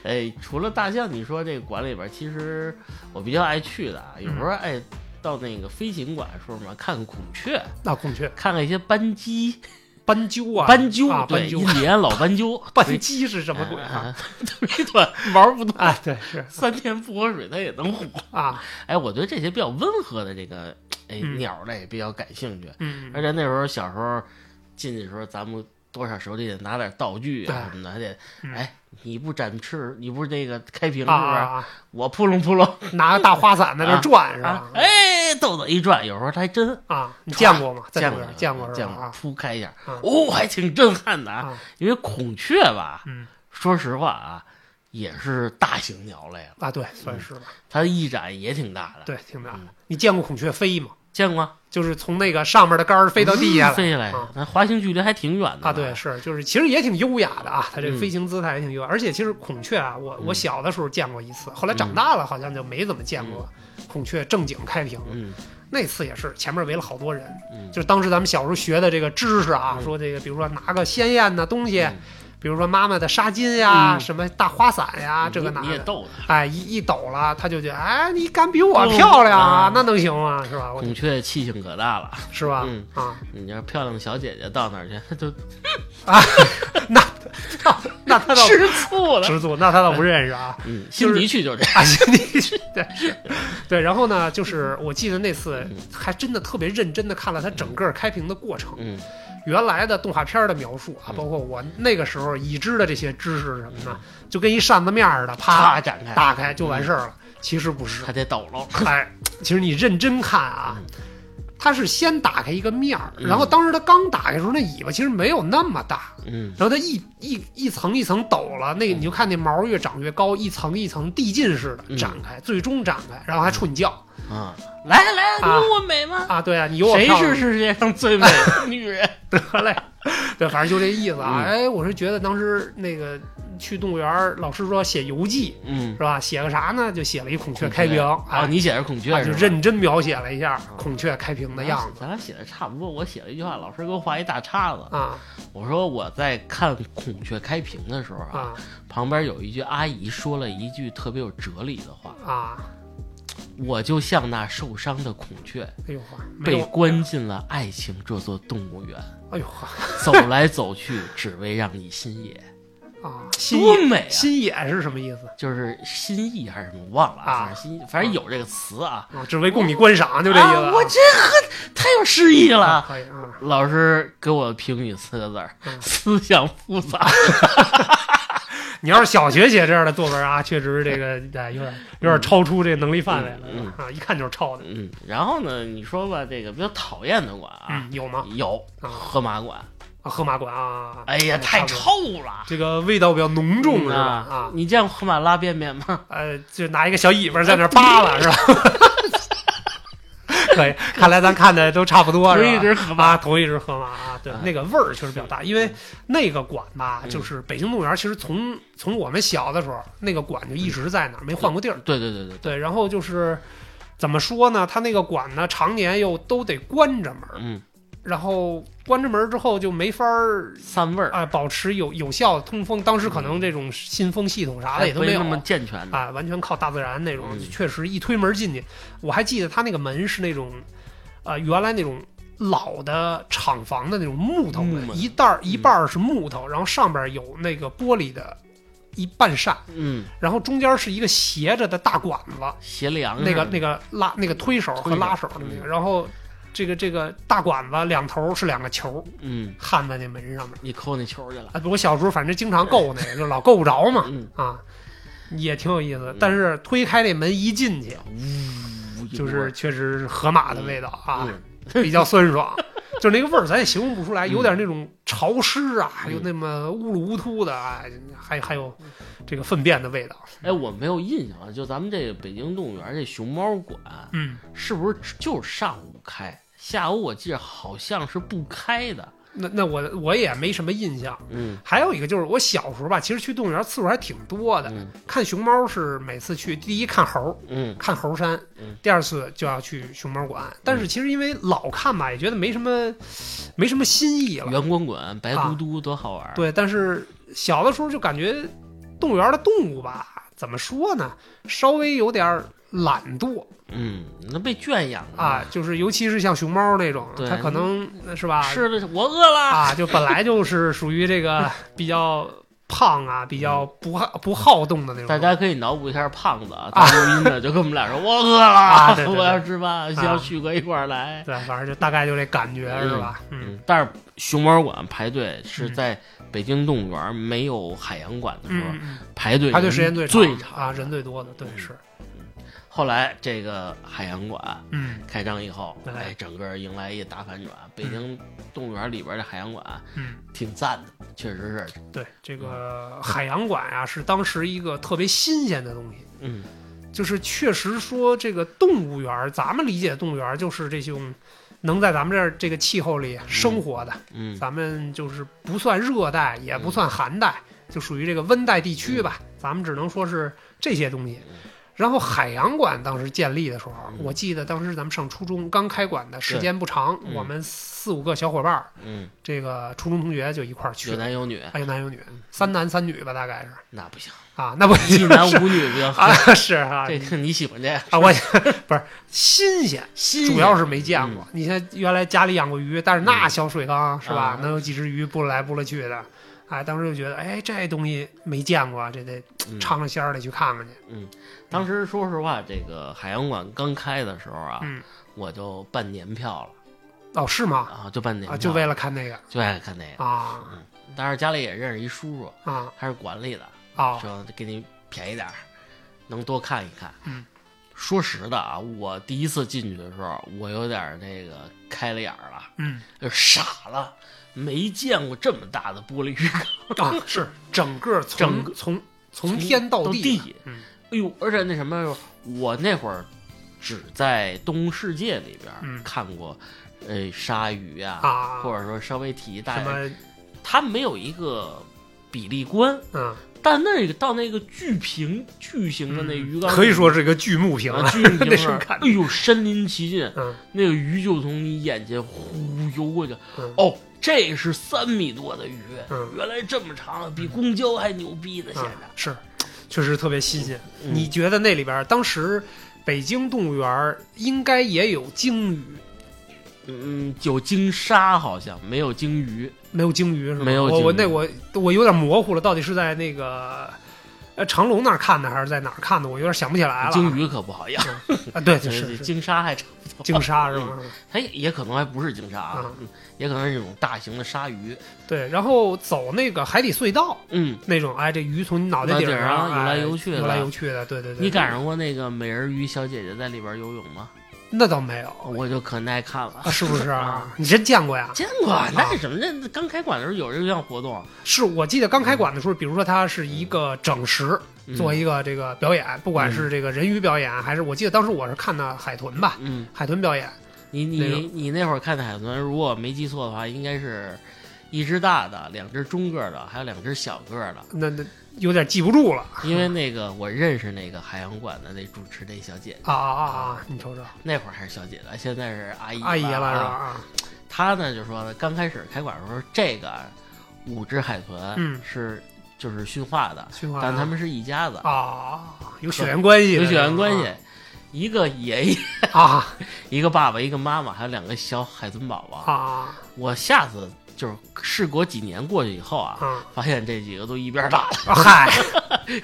Speaker 1: 哎，除了大象，你说这个馆里边，其实我比较爱去的，啊，有时候
Speaker 2: 嗯
Speaker 1: 爱到那个飞行馆的时候嘛，看看孔雀，
Speaker 2: 那孔雀
Speaker 1: 看看一些斑鸡、
Speaker 2: 斑鸠啊，
Speaker 1: 斑鸠，
Speaker 2: 啊，
Speaker 1: 对，
Speaker 2: 斑
Speaker 1: 印
Speaker 2: 鸠，
Speaker 1: 第安老斑鸠，
Speaker 2: 斑鸡是什么鬼啊？
Speaker 1: 啊？腿短，玩不动，
Speaker 2: 啊，对是
Speaker 1: 三天不喝水它也能活。
Speaker 2: 啊，
Speaker 1: 哎，我对这些比较温和的这个哎
Speaker 2: 嗯
Speaker 1: 鸟类比较感兴趣，
Speaker 2: 嗯
Speaker 1: 而且那时候小时候进去的时候，咱们多少手里得拿点道具啊
Speaker 2: 对
Speaker 1: 什么的，还得
Speaker 2: 嗯
Speaker 1: 哎。你不展翅，你不是那个开屏是不
Speaker 2: 啊
Speaker 1: 是？
Speaker 2: 啊，
Speaker 1: 我扑棱扑棱
Speaker 2: 啊拿个大花伞在那
Speaker 1: 啊
Speaker 2: 转是
Speaker 1: 啊
Speaker 2: 吧，？
Speaker 1: 哎，豆豆一转，有时候他还真
Speaker 2: 啊，你见过吗？在
Speaker 1: 见
Speaker 2: 那
Speaker 1: 过
Speaker 2: 边见过是
Speaker 1: 见
Speaker 2: 吧？
Speaker 1: 过，
Speaker 2: 啊
Speaker 1: 扑开一下
Speaker 2: 啊，
Speaker 1: 哦，还挺震撼的啊
Speaker 2: 啊。
Speaker 1: 因为孔雀吧，
Speaker 2: 嗯
Speaker 1: 说实话啊，也是大型鸟类了，
Speaker 2: 啊，对，算是吧，
Speaker 1: 它翼展也挺大的。
Speaker 2: 对，挺大的
Speaker 1: 嗯。
Speaker 2: 你见过孔雀飞吗？
Speaker 1: 见过
Speaker 2: 就是从那个上面的杆儿飞到地下
Speaker 1: 嗯飞下来
Speaker 2: 啊，
Speaker 1: 那滑行距离还挺远的
Speaker 2: 啊，对，
Speaker 1: 呢，
Speaker 2: 是就是，其实也挺优雅的啊，它这
Speaker 1: 嗯
Speaker 2: 飞行姿态也挺优雅。而且其实孔雀啊，我我
Speaker 1: 嗯
Speaker 2: 小的时候见过一次，后来
Speaker 1: 嗯
Speaker 2: 长大了好像就没怎么见过孔雀正经开屏。
Speaker 1: 嗯
Speaker 2: 那次也是前面围了好多人，
Speaker 1: 嗯，
Speaker 2: 就是当时咱们小时候学的这个知识啊，
Speaker 1: 嗯
Speaker 2: 说这个比如说拿个鲜艳的东西，
Speaker 1: 嗯
Speaker 2: 比如说妈妈的纱巾呀，
Speaker 1: 嗯
Speaker 2: 什么大花伞呀，
Speaker 1: 你
Speaker 2: 这个拿
Speaker 1: 你也
Speaker 2: 的。
Speaker 1: 逗它。
Speaker 2: 哎，一一抖了，他就觉得，哎，你敢比我漂亮啊
Speaker 1: 嗯？
Speaker 2: 那能行吗？是吧？我
Speaker 1: 孔雀气性可大了，
Speaker 2: 是吧
Speaker 1: 嗯？
Speaker 2: 啊，
Speaker 1: 你要漂亮的小姐姐到哪儿去， 她都
Speaker 2: 那那他倒
Speaker 1: 吃醋了。
Speaker 2: 知足，那他倒不认识 啊。
Speaker 1: 嗯，
Speaker 2: 就
Speaker 1: 辛
Speaker 2: 是
Speaker 1: 迪去就这样。
Speaker 2: 啊，兄弟，对是对，然后呢，就是我记得那次
Speaker 1: 嗯
Speaker 2: 还真的特别认真的看了他整个开屏的过程，
Speaker 1: 嗯
Speaker 2: 原来的动画片的描述啊，
Speaker 1: 嗯
Speaker 2: 包括我那个时候已知的这些知识是什么呢，就跟一扇子面儿似的，
Speaker 1: 啪
Speaker 2: 啪
Speaker 1: 展开
Speaker 2: 打开就完事儿了。其实不是，
Speaker 1: 还得抖搂。
Speaker 2: 哎，其实你认真看啊
Speaker 1: 嗯，
Speaker 2: 它是先打开一个面儿，
Speaker 1: 嗯
Speaker 2: 然后当时它刚打开的时候，那尾巴其实没有那么大，
Speaker 1: 嗯
Speaker 2: 然后它一一一层一层抖了，那个
Speaker 1: 嗯
Speaker 2: 你就看那毛越长越高，一层一层递进似的
Speaker 1: 嗯
Speaker 2: 展开，最终展开，然后还冲你叫
Speaker 1: 啊，来来，你
Speaker 2: 啊
Speaker 1: 有我美吗？
Speaker 2: 啊！对啊，你有我
Speaker 1: 嗯谁
Speaker 2: 漂亮
Speaker 1: 是世界上最美的女人？
Speaker 2: 得嘞？ 对，反正就这意思啊。
Speaker 1: 嗯
Speaker 2: 哎，我是觉得当时那个去动物园儿，老师说写游记
Speaker 1: 嗯
Speaker 2: 是，吧？写个啥呢？就写了一孔雀
Speaker 1: 孔雀
Speaker 2: 开屏
Speaker 1: 啊，
Speaker 2: 啊，
Speaker 1: 你写的是孔雀
Speaker 2: 啊
Speaker 1: 是哦
Speaker 2: 就
Speaker 1: 吧，
Speaker 2: 认真描写了一下孔雀开屏的样子
Speaker 1: 咱俩写的差不多，我写了一句话，老师给我画一大叉子。
Speaker 2: 啊
Speaker 1: 我说我在看孔雀开屏的时候啊，
Speaker 2: 啊
Speaker 1: 旁边有一句阿姨说了一句特别有哲理的话，
Speaker 2: 啊！
Speaker 1: 我就像那受伤的孔雀，
Speaker 2: 哎呦呵，没
Speaker 1: 被
Speaker 2: 有，
Speaker 1: 关进了爱情这座动物园，
Speaker 2: 哎呦呵
Speaker 1: 走来走去，只为让你心野。
Speaker 2: 啊，新
Speaker 1: 多
Speaker 2: 野
Speaker 1: 美啊！
Speaker 2: 新野是什么意思
Speaker 1: 就是心意还是什么忘了
Speaker 2: 啊
Speaker 1: 反正心反正有这个词啊。
Speaker 2: 啊？只为供你观赏，就这意思
Speaker 1: 啊
Speaker 2: 啊。
Speaker 1: 我这很太有诗意
Speaker 2: 啊
Speaker 1: 了。
Speaker 2: 可以啊，
Speaker 1: 老师给我评语四个字儿：
Speaker 2: 嗯
Speaker 1: 思想复杂。
Speaker 2: 你要是小学写这样的作文啊，确实这个 哎有点有点超出这能力范围
Speaker 1: 嗯嗯
Speaker 2: 了啊，一看就是抄的。
Speaker 1: 嗯，然后呢，你说吧，这个比较讨厌的馆啊，
Speaker 2: 嗯，有吗？
Speaker 1: 有
Speaker 2: 啊
Speaker 1: 河马馆。
Speaker 2: 啊，河马馆啊，
Speaker 1: 哎呀，太
Speaker 2: 差不多
Speaker 1: 臭了，
Speaker 2: 这个味道比较浓重
Speaker 1: 嗯
Speaker 2: 是吧？
Speaker 1: 啊
Speaker 2: 啊！，
Speaker 1: 你见过河马拉便便吗？
Speaker 2: 呃，就拿一个小尾巴在那儿扒
Speaker 1: 哎
Speaker 2: 拉是吧？可以，看来咱看的都差不多，
Speaker 1: 同
Speaker 2: 是
Speaker 1: 一
Speaker 2: 吧？
Speaker 1: 只河马。
Speaker 2: 啊，同一只河马啊，对
Speaker 1: 啊，
Speaker 2: 那个味儿确实比较大，因为那个馆吧，
Speaker 1: 嗯
Speaker 2: 就是北京动物园，其实从从我们小的时候，那个馆就一直在那儿，没换过地儿。
Speaker 1: 对对对对，
Speaker 2: 对，然后就是怎么说呢？它那个馆呢，常年又都得关着门儿，
Speaker 1: 嗯，
Speaker 2: 然后关着门儿之后就没法儿
Speaker 1: 散味儿，
Speaker 2: 啊、保持有有效的通风。当时可能这种新风系统啥的也都
Speaker 1: 还嗯哎不
Speaker 2: 没
Speaker 1: 是
Speaker 2: 有
Speaker 1: 那么健全的。
Speaker 2: 啊，完全靠大自然那种，
Speaker 1: 嗯
Speaker 2: 确实一推门进去，我还记得它那个门是那种，呃，原来那种老的厂房的那种木头
Speaker 1: 木
Speaker 2: 门，
Speaker 1: 门嗯
Speaker 2: 一袋儿一半儿是木头，然后上边有那个玻璃的一半扇，
Speaker 1: 嗯，
Speaker 2: 然后中间是一个斜着的大管子，
Speaker 1: 斜梁
Speaker 2: 那个
Speaker 1: 上
Speaker 2: 那个拉那个推手
Speaker 1: 嗯
Speaker 2: 和
Speaker 1: 推手嗯
Speaker 2: 拉手的那个，然后这个这个大管子两头是两个球
Speaker 1: 嗯，
Speaker 2: 焊在那门上面。
Speaker 1: 你抠那球去了。
Speaker 2: 啊，我小时候反正经常够那个，就老够不着嘛，
Speaker 1: 嗯，
Speaker 2: 啊，也挺有意思。但是推开这门一进去，
Speaker 1: 呜，嗯一
Speaker 2: 就是
Speaker 1: 波
Speaker 2: 确实是河马的味道啊，
Speaker 1: 嗯
Speaker 2: 比较酸爽， 就是那个味儿咱也形容不出来，有点那种潮湿
Speaker 1: 嗯
Speaker 2: 啊，还有那么乌噜乌突的啊，还还有这个粪便的味道。
Speaker 1: 哎，我没有印象了，就咱们这个北京动物园这熊猫馆，
Speaker 2: 嗯，
Speaker 1: 是不是只就是上午开？下午我记得好像是不开的，
Speaker 2: 那那我我也没什么印象。
Speaker 1: 嗯
Speaker 2: 还有一个就是我小时候吧，其实去动物园次数还挺多的。
Speaker 1: 嗯
Speaker 2: 看熊猫是每次去，第一看猴儿，
Speaker 1: 嗯
Speaker 2: 看猴山
Speaker 1: 嗯，
Speaker 2: 第二次就要去熊猫馆。但是其实因为老看吧，也觉得没什么没什么新意了。
Speaker 1: 圆滚滚、白嘟嘟，多好玩儿！
Speaker 2: 啊对，但是小的时候就感觉动物园的动物吧，怎么说呢，稍微有点儿懒惰
Speaker 1: 嗯，那被圈养了
Speaker 2: 啊，，就是尤其是像熊猫那种，
Speaker 1: 嗯对
Speaker 2: 它可能是吧，
Speaker 1: 吃的我饿了，
Speaker 2: 啊啊，就本来就是属于 这个比较胖啊，比较不好不好动的那
Speaker 1: 嗯
Speaker 2: 种。
Speaker 1: 大家可以脑补一下胖子啊，他录音的就跟我们俩说：“我饿了，
Speaker 2: 啊对对对
Speaker 1: 我要吃饭，叫旭哥一块儿来。
Speaker 2: 对，反正就大概就这感觉
Speaker 1: 嗯
Speaker 2: 是吧？嗯，
Speaker 1: 嗯，但是熊猫馆排队是在北京动物园没有海洋馆的时候、
Speaker 2: 嗯嗯，
Speaker 1: 排队，
Speaker 2: 嗯排队时间
Speaker 1: 最
Speaker 2: 最
Speaker 1: 长。
Speaker 2: 啊，人最多的，对是，
Speaker 1: 后来这个海洋馆
Speaker 2: 嗯。
Speaker 1: 开张以后，
Speaker 2: 哎
Speaker 1: 哎，整个迎来一大反转。北京动物园里边的海洋馆
Speaker 2: 嗯，
Speaker 1: 挺赞的，确实是，
Speaker 2: 对，这
Speaker 1: 嗯
Speaker 2: 个海洋馆啊，是当时一个特别新鲜的东西。
Speaker 1: 嗯
Speaker 2: 就是确实说，这个动物园儿，咱们理解的动物园儿就是这种能在咱们这儿这个气候里生活的，
Speaker 1: 嗯
Speaker 2: 咱们就是不算热带，也不算寒带，就属于这个温带地区
Speaker 1: 嗯
Speaker 2: 吧。咱们只能说是这些东西。然后海洋馆当时建立的时候，
Speaker 1: 嗯
Speaker 2: 我记得当时咱们上初中刚开馆的时间不长，
Speaker 1: 嗯
Speaker 2: 我们四五个小伙伴儿，
Speaker 1: 嗯，
Speaker 2: 这个初中同学就一块儿去
Speaker 1: 有，男有女，
Speaker 2: 哎有男有女，三男三女吧，大概是
Speaker 1: 那不行，
Speaker 2: 啊，那不
Speaker 1: 一
Speaker 2: 是
Speaker 1: 男五女 不行。
Speaker 2: 啊，是啊，
Speaker 1: 这个 你喜欢这个
Speaker 2: 啊，我也不是新鲜，
Speaker 1: 新鲜嗯
Speaker 2: 主要是没见过。你像原来家里养过鱼，但是那小水缸、是吧
Speaker 1: 啊，
Speaker 2: 能有几只鱼拨来拨了去的。哎，当时就觉得，哎，这东西没见过，这得
Speaker 1: 嗯
Speaker 2: 尝尝鲜儿，得去看看去。
Speaker 1: 当时说实话，这个海洋馆刚开的时候啊，
Speaker 2: 嗯
Speaker 1: 我就办年票了
Speaker 2: 哦，是吗？
Speaker 1: 啊，就办年
Speaker 2: 啊，
Speaker 1: 票，
Speaker 2: 就为了看那个
Speaker 1: 就爱看那个。
Speaker 2: 啊
Speaker 1: 当时家里也认识一叔叔，
Speaker 2: 啊
Speaker 1: 他是管理的，
Speaker 2: 啊！
Speaker 1: 说给你便宜点儿，能多看一看。
Speaker 2: 嗯，
Speaker 1: 说实的啊，我第一次进去的时候，我有点那个开了眼儿了，
Speaker 2: 嗯
Speaker 1: 就傻了，没见过这么大的玻璃日
Speaker 2: 啊，是整个从
Speaker 1: 整个
Speaker 2: 从从天到
Speaker 1: 到
Speaker 2: 地的，
Speaker 1: 地
Speaker 2: 嗯
Speaker 1: 哎呦，而且那什么，我那会儿只在《动物世界》里边
Speaker 2: 嗯
Speaker 1: 看过，呃，鲨鱼啊，
Speaker 2: 啊，
Speaker 1: 或者说稍微体积大
Speaker 2: 什
Speaker 1: 一点，
Speaker 2: 么
Speaker 1: 它没有一个比例观，
Speaker 2: 嗯，
Speaker 1: 但那个到那个巨屏巨型的那
Speaker 2: 嗯
Speaker 1: 鱼缸，
Speaker 2: 可以说是一个巨幕屏
Speaker 1: 啊
Speaker 2: 了，
Speaker 1: 巨型
Speaker 2: 那是
Speaker 1: 的
Speaker 2: 看
Speaker 1: 哎呦，身临其境，
Speaker 2: 嗯
Speaker 1: 那个鱼就从你眼前呼游过去，
Speaker 2: 嗯
Speaker 1: 哦。这是三米多的鱼，
Speaker 2: 嗯
Speaker 1: 原来这么长，比公交还牛逼呢！现
Speaker 2: 啊
Speaker 1: 在，
Speaker 2: 是，确实特别新鲜。
Speaker 1: 嗯
Speaker 2: 你觉得那里边儿当时北京动物园儿应该也有鲸鱼？
Speaker 1: 嗯，有鲸鲨好像没有鲸鱼，
Speaker 2: 没有鲸鱼是吗？
Speaker 1: 没有
Speaker 2: 我我
Speaker 1: 鲸
Speaker 2: 那
Speaker 1: 鱼
Speaker 2: 我我有点模糊了，到底是在那个呃长隆那儿看的，还是在哪儿看的？我有点想不起来了。
Speaker 1: 鲸鱼可不好养，
Speaker 2: 啊，对，
Speaker 1: 这
Speaker 2: 是是
Speaker 1: 鲸嗯鲨还差不多。
Speaker 2: 鲸鲨是吗？
Speaker 1: 它也也可能还不是鲸鲨啊
Speaker 2: 啊，
Speaker 1: 嗯也可能是这种大型的鲨鱼。
Speaker 2: 对，然后走那个海底隧道
Speaker 1: 嗯，
Speaker 2: 那种，哎，这鱼从你脑袋
Speaker 1: 脑
Speaker 2: 顶
Speaker 1: 顶
Speaker 2: 上
Speaker 1: 上游来
Speaker 2: 哎
Speaker 1: 游去
Speaker 2: 游
Speaker 1: 的
Speaker 2: 来游去的，对对对。
Speaker 1: 你赶上过那个美人鱼小姐姐在里边游泳吗？
Speaker 2: 那倒没有
Speaker 1: 我就可耐看了
Speaker 2: 啊，，是不是
Speaker 1: 哦啊
Speaker 2: 啊？你真哦见过啊呀？
Speaker 1: 见过，那是什么？那刚开馆的时候有这项活动，啊
Speaker 2: 是我记得刚开馆的时候，比如说它是一个整石，
Speaker 1: 嗯
Speaker 2: 做一个这个表演，不管是这个人鱼表演，还是我记得当时我是看的海豚吧，
Speaker 1: 嗯，
Speaker 2: 海豚表演
Speaker 1: 你
Speaker 2: 那个
Speaker 1: 你你那会儿看的海豚，如果没记错的话，应该是一只大的，两只中个的，还有两只小个的。
Speaker 2: 那那有点记不住了
Speaker 1: 因为那个我认识那个海洋馆的那主持那小姐，
Speaker 2: 啊啊啊啊！你瞅瞅，
Speaker 1: 那会儿还是小姐姐，现在是阿姨
Speaker 2: 阿姨了
Speaker 1: 了
Speaker 2: 是吧？？啊，
Speaker 1: 他呢就说呢，刚开始开馆的时候，这个五只海豚
Speaker 2: 嗯
Speaker 1: 是、就是驯化的，
Speaker 2: 循环啊
Speaker 1: 但他们是一家子，
Speaker 2: 啊有血缘关系的，
Speaker 1: 有血缘啊关
Speaker 2: 是
Speaker 1: 系，一个爷爷，
Speaker 2: 吧啊
Speaker 1: 一个爸爸，一个妈妈，还有两个小海豚宝宝。
Speaker 2: 啊啊
Speaker 1: 我下次就是事隔几年过去以后啊，
Speaker 2: 啊！
Speaker 1: 发现这几个都一边大 了，
Speaker 2: 啊嗨，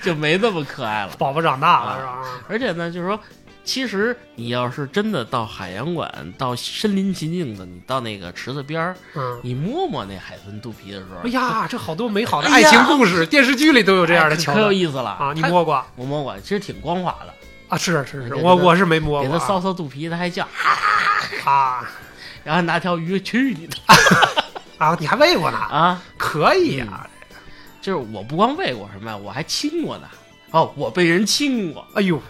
Speaker 1: 就没那么可爱了。
Speaker 2: 宝宝长大了是吧？
Speaker 1: 而且呢，就是说，其实你要是真的到海洋馆，到身临其境的，你到那个池子边儿，
Speaker 2: 嗯，
Speaker 1: 你摸摸那海豚肚皮的时候，
Speaker 2: 哎呀，这好多美好的
Speaker 1: 哎
Speaker 2: 爱
Speaker 1: 呀
Speaker 2: 情故事，电视剧里都有这样的
Speaker 1: 哎
Speaker 2: 桥
Speaker 1: 可可有
Speaker 2: 段
Speaker 1: 意思了
Speaker 2: 啊！你
Speaker 1: 它
Speaker 2: 摸过
Speaker 1: 我摸过，其实挺光滑的，
Speaker 2: 啊？是是是，
Speaker 1: 给它
Speaker 2: 我我是没摸
Speaker 1: 给
Speaker 2: 过
Speaker 1: 它搔搔肚皮，它还叫，
Speaker 2: 啊啊
Speaker 1: 然后拿条鱼去你的
Speaker 2: 啊！你还喂过呢？
Speaker 1: 啊！
Speaker 2: 可以啊！
Speaker 1: 嗯就是我不光喂过什么呀，我还亲过呢。哦，我被人亲过，
Speaker 2: 哎呦，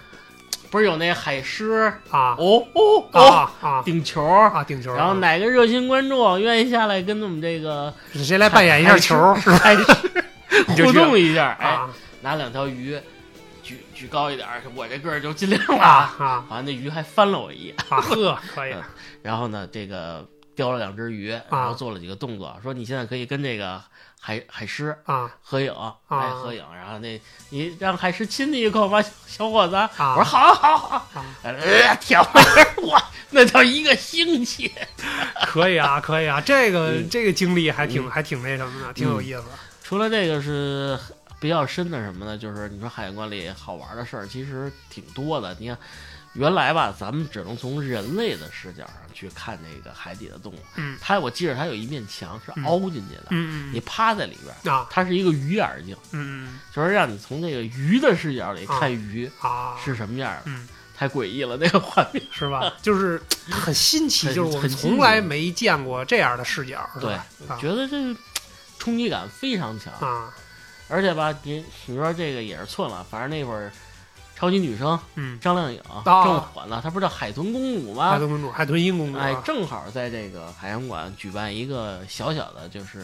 Speaker 1: 不是有那海狮
Speaker 2: 啊
Speaker 1: 哦哦哦
Speaker 2: 啊啊
Speaker 1: 顶球，
Speaker 2: 啊！顶球，
Speaker 1: 然后哪个热心观众愿意下来跟我们这个
Speaker 2: 谁来扮演一下球
Speaker 1: 海狮海狮
Speaker 2: 你就
Speaker 1: 互
Speaker 2: 这样
Speaker 1: 动一下？哎，
Speaker 2: 啊
Speaker 1: 拿两条鱼举举高一点儿，我这个儿就尽量
Speaker 2: 啊
Speaker 1: 了。
Speaker 2: 啊
Speaker 1: 好像那鱼还翻了我一眼，
Speaker 2: 啊！呵，可以
Speaker 1: 嗯然后呢，这个叼了两只鱼，
Speaker 2: 啊
Speaker 1: 然后做了几个动作，说你现在可以跟这个海海狮
Speaker 2: 啊
Speaker 1: 合影，哎，合影。然后那你让海狮亲你一口吧，小小伙子。我
Speaker 2: 啊
Speaker 1: 说！好，好，好。
Speaker 2: 啊
Speaker 1: 呃，舔我一下，我那叫一个兴起。
Speaker 2: 可以啊，可以啊，这个
Speaker 1: 嗯
Speaker 2: 这个经历还挺还挺那什么的，挺有意思的。
Speaker 1: 除了这个是比较深的什么呢？就是你说海洋馆里好玩的事儿，其实挺多的。你看，原来吧，咱们只能从人类的视角上去看这个海底的动物。
Speaker 2: 嗯
Speaker 1: 它我记着它有一面墙是
Speaker 2: 嗯
Speaker 1: 凹进去的，
Speaker 2: 嗯
Speaker 1: 你
Speaker 2: 嗯
Speaker 1: 趴在里边儿，
Speaker 2: 嗯啊
Speaker 1: 它是一个鱼眼镜，
Speaker 2: 嗯
Speaker 1: 就是让你从这个鱼的视角里看鱼
Speaker 2: 嗯啊
Speaker 1: 是什么样的，
Speaker 2: 嗯
Speaker 1: 太诡异了那个画面。
Speaker 2: 是吧？就是很新奇，
Speaker 1: 嗯很
Speaker 2: 就是我们
Speaker 1: 很新
Speaker 2: 从来
Speaker 1: 奇
Speaker 2: 没见过这样的视角，是
Speaker 1: 对
Speaker 2: 吧？，
Speaker 1: 我觉得这冲击感非常强，
Speaker 2: 啊
Speaker 1: 而且吧，你你说这个也是寸了，反正那会儿超级女声。
Speaker 2: 嗯，
Speaker 1: 张靓颖正火呢，她不是叫海豚公主
Speaker 2: 海
Speaker 1: 吗？
Speaker 2: 豚公主，海豚音公主啊，
Speaker 1: 哎，正好在这个海洋馆举办一个小小的，就是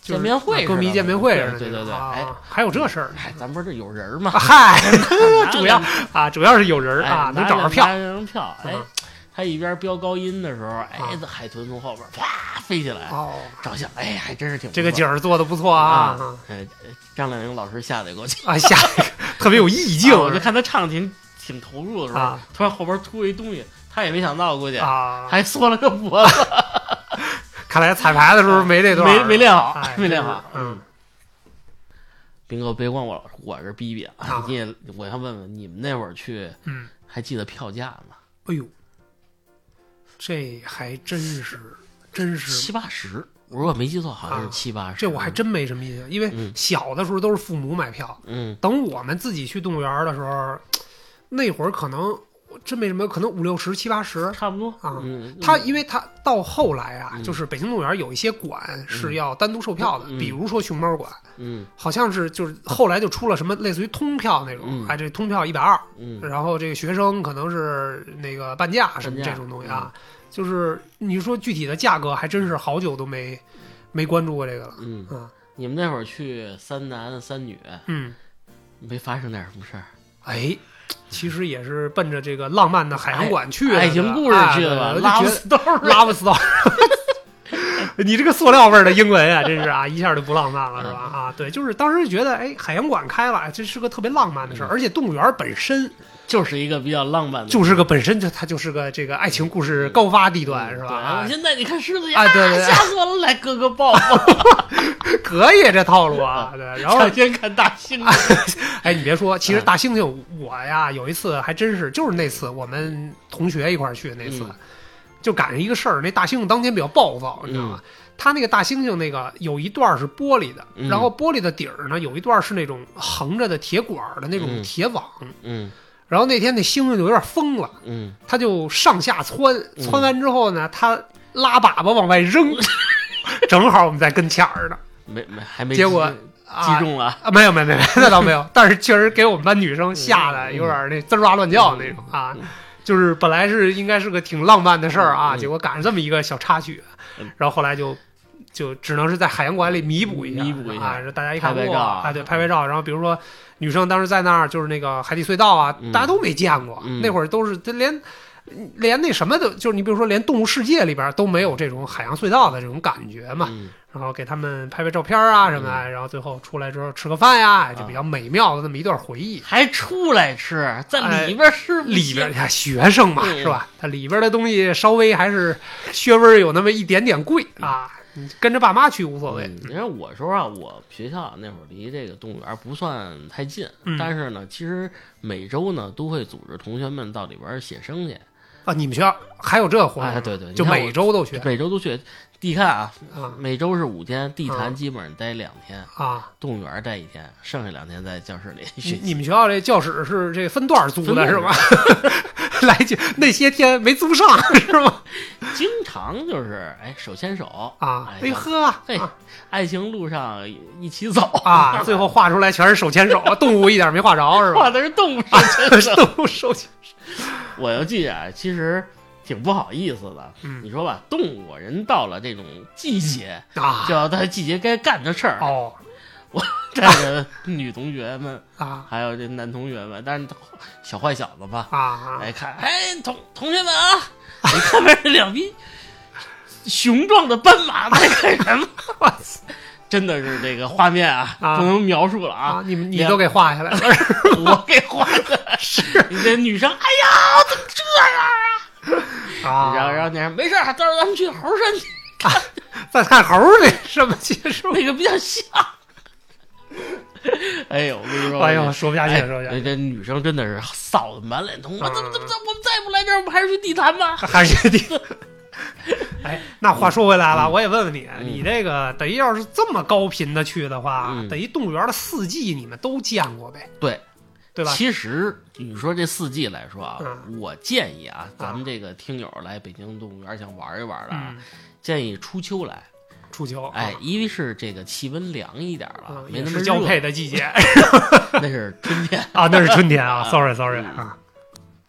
Speaker 2: 就是啊
Speaker 1: 见面会似的，
Speaker 2: 歌迷见面会似的，
Speaker 1: 对对对，哎
Speaker 2: 啊，还有这事 儿呢。
Speaker 1: 哎，咱不是这有人吗？
Speaker 2: 嗨， 主要
Speaker 1: 拿
Speaker 2: 啊，主要是有人
Speaker 1: 哎
Speaker 2: 啊，能
Speaker 1: 拿
Speaker 2: 找着票
Speaker 1: 拿张票，哎
Speaker 2: 嗯。
Speaker 1: 他一边飙高音的时候，哎
Speaker 2: 啊，
Speaker 1: 这海豚从后边啪飞起来，
Speaker 2: 哦。
Speaker 1: 照相，哎，还真是挺
Speaker 2: 这个
Speaker 1: 景
Speaker 2: 景儿做的不错啊
Speaker 1: 哎，张靓颖老师吓得给我气，
Speaker 2: 啊，下一个特别有意境
Speaker 1: 啊我就看他唱得挺挺投入的时候
Speaker 2: 啊，
Speaker 1: 突然后边突一东西，他也没想到，估计
Speaker 2: 啊。
Speaker 1: 还缩了个脖子，
Speaker 2: 看来彩排的时候没这段儿，
Speaker 1: 没没练好
Speaker 2: 哎，
Speaker 1: 没练好。
Speaker 2: 真是嗯，
Speaker 1: 斌哥，别光我我这逼逼啊
Speaker 2: 啊！
Speaker 1: 你也，我要问问你们那会儿去，
Speaker 2: 嗯，
Speaker 1: 还记得票价吗？
Speaker 2: 哎呦，这还真是真是，
Speaker 1: 七八十，我如果没记错，好像是
Speaker 2: 啊
Speaker 1: 七八十。
Speaker 2: 这我还真没什么印象，因为
Speaker 1: 嗯
Speaker 2: 小的时候都是父母买票，
Speaker 1: 嗯
Speaker 2: 等我们自己去动物园儿的时候，那会儿可能真没什么，可能五六十、七八十。
Speaker 1: 差不多
Speaker 2: 啊
Speaker 1: 嗯，
Speaker 2: 他
Speaker 1: 为
Speaker 2: 因为他到后来啊，
Speaker 1: 嗯
Speaker 2: 就是北京动物园有一些馆是要单独售票的，
Speaker 1: 嗯嗯
Speaker 2: 比如说熊猫馆，
Speaker 1: 嗯
Speaker 2: 好像是就是后来就出了什么类似于通票那种，
Speaker 1: 嗯
Speaker 2: 哎，这通票一百二，
Speaker 1: 嗯
Speaker 2: 然后这个学生可能是那个半价什么
Speaker 1: 半
Speaker 2: 这
Speaker 1: 价嗯
Speaker 2: 种东西啊，就是你说具体的价格，还真是好久都没没关注过这个了。
Speaker 1: 嗯，
Speaker 2: 啊，
Speaker 1: 你们那会儿去三男三女，
Speaker 2: 嗯，
Speaker 1: 没发生点什么事儿？
Speaker 2: 哎，
Speaker 1: 嗯
Speaker 2: 其实也是奔着这个浪漫的海洋馆去的，
Speaker 1: 哎
Speaker 2: 啊
Speaker 1: 爱情故事去了吧？拉
Speaker 2: 拉
Speaker 1: 不死豆儿
Speaker 2: 拉不死到。 你这个塑料味儿的英文啊， 真是啊，一下就不浪漫了，是吧？
Speaker 1: 嗯
Speaker 2: 啊，对，就是当时觉得，哎，海洋馆开了，哎这是个特别浪漫的
Speaker 1: 嗯
Speaker 2: 事儿，而且动物园本身
Speaker 1: 就是一个比较浪漫的，
Speaker 2: 就是个本身就它就是个这个爱情故事高发地段，是吧？
Speaker 1: 嗯对
Speaker 2: 啊
Speaker 1: 啊，现在你看狮子
Speaker 2: 啊
Speaker 1: 呀，
Speaker 2: 对对对
Speaker 1: 吓死我了！来，哥哥 抱抱，
Speaker 2: 可以这套路啊，对。然后
Speaker 1: 抢，先看大猩猩。
Speaker 2: 哎，你别说，
Speaker 1: 嗯
Speaker 2: 其实大猩猩我呀，有一次还真是，就是那次我们同学一块儿去那次
Speaker 1: 嗯，
Speaker 2: 就赶上一个事儿，那大猩猩当天比较暴躁，你知道吗？它那个大猩猩那个有一段是玻璃的，
Speaker 1: 嗯
Speaker 2: 然后玻璃的底儿呢有一段是那种横着的铁管儿的那种
Speaker 1: 嗯
Speaker 2: 铁网。
Speaker 1: 嗯
Speaker 2: 然后那天那猩猩就有点疯了，
Speaker 1: 嗯，
Speaker 2: 它就上下窜，窜完之后呢，它拉粑粑往 外扔，正好我们在跟前儿呢，
Speaker 1: 没没还没
Speaker 2: 结果啊
Speaker 1: 击中了，
Speaker 2: 啊，没有没有 没有，那倒没有，但是确实给我们班女生吓
Speaker 1: 嗯
Speaker 2: 得有点那滋哇乱叫那种啊，就是本来是应该是个挺浪漫的事儿啊，
Speaker 1: 嗯
Speaker 2: 结果赶上这么一个小插曲
Speaker 1: 嗯，
Speaker 2: 然后后来就就只能是在海洋馆里弥补一下，
Speaker 1: 弥补一下
Speaker 2: 啊，大家一看
Speaker 1: 拍拍
Speaker 2: 哇
Speaker 1: 照嗯
Speaker 2: 啊，对，拍拍照，然后比如说女生当时在那儿就是那个海底隧道啊，
Speaker 1: 嗯
Speaker 2: 大家都没见过，
Speaker 1: 嗯
Speaker 2: 那会儿都是这连。连那什么都，就是你比如说，连动物世界里边都没有这种海洋隧道的这种感觉嘛，
Speaker 1: 嗯
Speaker 2: 然后给他们拍拍照片啊什么的，然后最后出来之后吃个饭
Speaker 1: 啊
Speaker 2: 呀，就比较美妙的那么一段回忆。
Speaker 1: 还出来吃，在里边吃不
Speaker 2: 哎里
Speaker 1: 行
Speaker 2: 边，哎学生嘛，
Speaker 1: 嗯
Speaker 2: 是吧？它里边的东西稍微还是稍微有那么一点点贵啊，你跟着爸妈去无所谓。
Speaker 1: 嗯嗯因为我说啊，我学校那会儿离这个动物园不算太近，
Speaker 2: 嗯
Speaker 1: 但是呢，其实每周呢都会组织同学们到里边写生去。
Speaker 2: 啊，你们学校还有这活动？
Speaker 1: 哎对对你
Speaker 2: 就
Speaker 1: 看
Speaker 2: 每
Speaker 1: 我
Speaker 2: 周都去
Speaker 1: 每周都去。地看啊，
Speaker 2: 啊
Speaker 1: 每周是五天，地坛
Speaker 2: 嗯
Speaker 1: 基本上待两天，
Speaker 2: 啊！
Speaker 1: 动物园待一天，剩下两天在教室里
Speaker 2: 你
Speaker 1: 学习。
Speaker 2: 你们学校这教室是这分段租
Speaker 1: 分
Speaker 2: 的
Speaker 1: 段
Speaker 2: 是吧？ 来就那些天没租上是吗？
Speaker 1: 经常就是哎手牵手
Speaker 2: 啊，
Speaker 1: 哎
Speaker 2: 哎呵，
Speaker 1: 嘿
Speaker 2: 啊，
Speaker 1: 爱情路上一起走
Speaker 2: 啊，最后画出来全是手牵手，动物一点没画着是吧啊
Speaker 1: 画？的是动物手牵手。
Speaker 2: 动物手牵
Speaker 1: 我就记着啊，其实挺不好意思的。
Speaker 2: 嗯
Speaker 1: 你说吧，动物人到了这种季节，
Speaker 2: 啊
Speaker 1: 就要在季节该干的事儿，
Speaker 2: 哦
Speaker 1: 带着女同学们，
Speaker 2: 啊
Speaker 1: 还有这男同学们，但是小坏小子吧，
Speaker 2: 啊啊
Speaker 1: 哎看，哎同同学们啊，你看看这两匹雄壮的斑马在干什么？ 我操真的是这个画面啊，
Speaker 2: 啊
Speaker 1: 不能描述了
Speaker 2: 啊
Speaker 1: 啊！！
Speaker 2: 你们你
Speaker 1: 两
Speaker 2: 都给画下来了，
Speaker 1: 我给画的，是你这女生，哎呀，怎么这样啊？
Speaker 2: 啊，
Speaker 1: 然后，然后你说没事儿，到时候咱们去猴山去，
Speaker 2: 再看猴儿那什么结束？
Speaker 1: 那个比较像。哎呦，我跟你说，
Speaker 2: 哎呦，说不下去，说不下
Speaker 1: 哎
Speaker 2: 去，
Speaker 1: 这女生真的是臊的满脸
Speaker 2: 嗯
Speaker 1: 通红。我怎么怎么怎么，我们再不来这儿，我们还是去地坛吧。
Speaker 2: 还是地。哎，那话说回来
Speaker 1: 嗯
Speaker 2: 了，我也问问你，你这个等于要是这么高频的去的话，
Speaker 1: 嗯
Speaker 2: 等于动物园的四季你们都见过呗，
Speaker 1: 对，
Speaker 2: 对吧？
Speaker 1: 其实你说这四季来说啊，
Speaker 2: 嗯
Speaker 1: 我建议啊，咱们这个听友来北京动物园想玩一玩的啊，
Speaker 2: 嗯，
Speaker 1: 建议初秋来。
Speaker 2: 初秋，
Speaker 1: 哎
Speaker 2: 啊，，
Speaker 1: 因为是这个气温凉一点
Speaker 2: 啊
Speaker 1: 了，，没
Speaker 2: 也
Speaker 1: 那么
Speaker 2: 是交
Speaker 1: 热
Speaker 2: 配，的季节
Speaker 1: 那是春天。
Speaker 2: 啊，那是春天啊，sorry
Speaker 1: 嗯
Speaker 2: sorry 啊，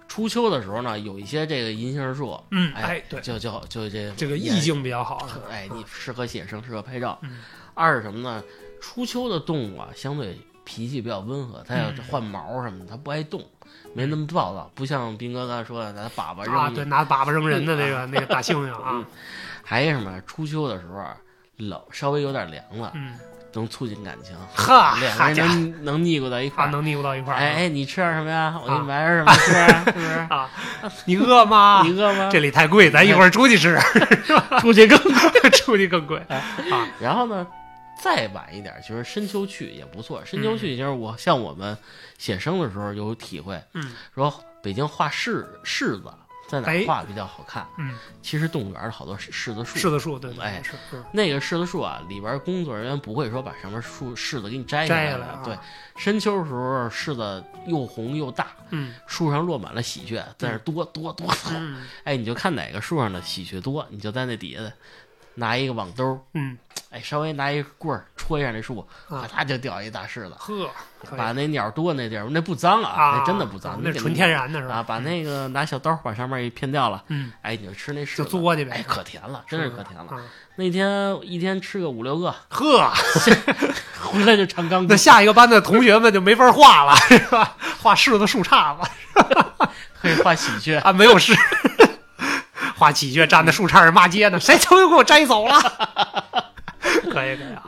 Speaker 1: 初秋的时候呢，有一些这个银杏树，
Speaker 2: 嗯，
Speaker 1: 哎
Speaker 2: 哎，对，
Speaker 1: 就就就这
Speaker 2: 这个
Speaker 1: 也
Speaker 2: 意境比较好，是吧
Speaker 1: 哎，你适合写生，适合拍照。
Speaker 2: 嗯
Speaker 1: 二是什么呢？初秋的动物啊，相对脾气比较温和，它要
Speaker 2: 嗯
Speaker 1: 换毛什么的，它不爱动，没那么暴躁，不像斌哥刚才说的，拿粑粑扔。
Speaker 2: 啊，对，拿粑粑扔人的那
Speaker 1: 嗯
Speaker 2: 个那个大猩猩 啊，
Speaker 1: 还有什么？初秋的时候啊，冷，稍微有点凉了，
Speaker 2: 嗯，
Speaker 1: 能促进感情，
Speaker 2: 呵，
Speaker 1: 两个
Speaker 2: 啊好
Speaker 1: 人
Speaker 2: 家伙，
Speaker 1: 能能腻咕到一块
Speaker 2: 啊，
Speaker 1: 儿。
Speaker 2: 能腻咕到一块儿啊，
Speaker 1: 哎哎，你吃点什么呀？我给
Speaker 2: 啊
Speaker 1: 你买点什么吃啊，是不是？
Speaker 2: 啊，你饿吗？
Speaker 1: 你饿吗？
Speaker 2: 这里太贵，咱一会儿出去吃，
Speaker 1: 出去更。 哎
Speaker 2: 出去更贵啊。
Speaker 1: 然后呢，再晚一点，其实深秋去也不错。深秋
Speaker 2: 嗯
Speaker 1: 去，其实我像我们写生的时候有体会，
Speaker 2: 嗯
Speaker 1: 说北京画柿柿子在哪
Speaker 2: 哎
Speaker 1: 儿画比较好看？
Speaker 2: 嗯，
Speaker 1: 其实动物园儿好多柿子树，
Speaker 2: 柿子树，对对，
Speaker 1: 哎
Speaker 2: 是是
Speaker 1: 那个柿子树啊，里边儿工作人员不会说把上面树柿子给你摘
Speaker 2: 摘
Speaker 1: 下
Speaker 2: 下
Speaker 1: 来
Speaker 2: 来啊
Speaker 1: 对，深秋的时候柿子又红又大，
Speaker 2: 嗯
Speaker 1: 树上落满了喜鹊，在那儿多多多多。
Speaker 2: 嗯
Speaker 1: 哎，你就看哪个树上的喜鹊多，你就在那底下拿一个网兜儿，
Speaker 2: 嗯，
Speaker 1: 哎，稍微拿一棍儿戳一下那树，
Speaker 2: 啊
Speaker 1: 咔嚓就掉一大柿子。
Speaker 2: 呵，可以
Speaker 1: 把那鸟多那地儿，那不脏啊，
Speaker 2: 啊，
Speaker 1: 那真的不脏，
Speaker 2: 那
Speaker 1: 你给
Speaker 2: 纯天然的是
Speaker 1: 啊，
Speaker 2: 吧？
Speaker 1: 把那个拿小刀把上面一片掉了，
Speaker 2: 嗯，
Speaker 1: 哎，你就吃那柿
Speaker 2: 就
Speaker 1: 子，
Speaker 2: 嘬去呗
Speaker 1: 哎，可甜了，真是可甜了。
Speaker 2: 啊。
Speaker 1: 那天一天吃个五六个，
Speaker 2: 呵，
Speaker 1: 回来就唱钢
Speaker 2: 那
Speaker 1: 鼓，
Speaker 2: 下一个班的同学们就没法画了，是吧？画柿子树杈子
Speaker 1: 可以画喜鹊。
Speaker 2: 啊，没有柿，画喜鹊站在树杈上骂街呢，谁他妈给我摘走了？ 可以可以啊，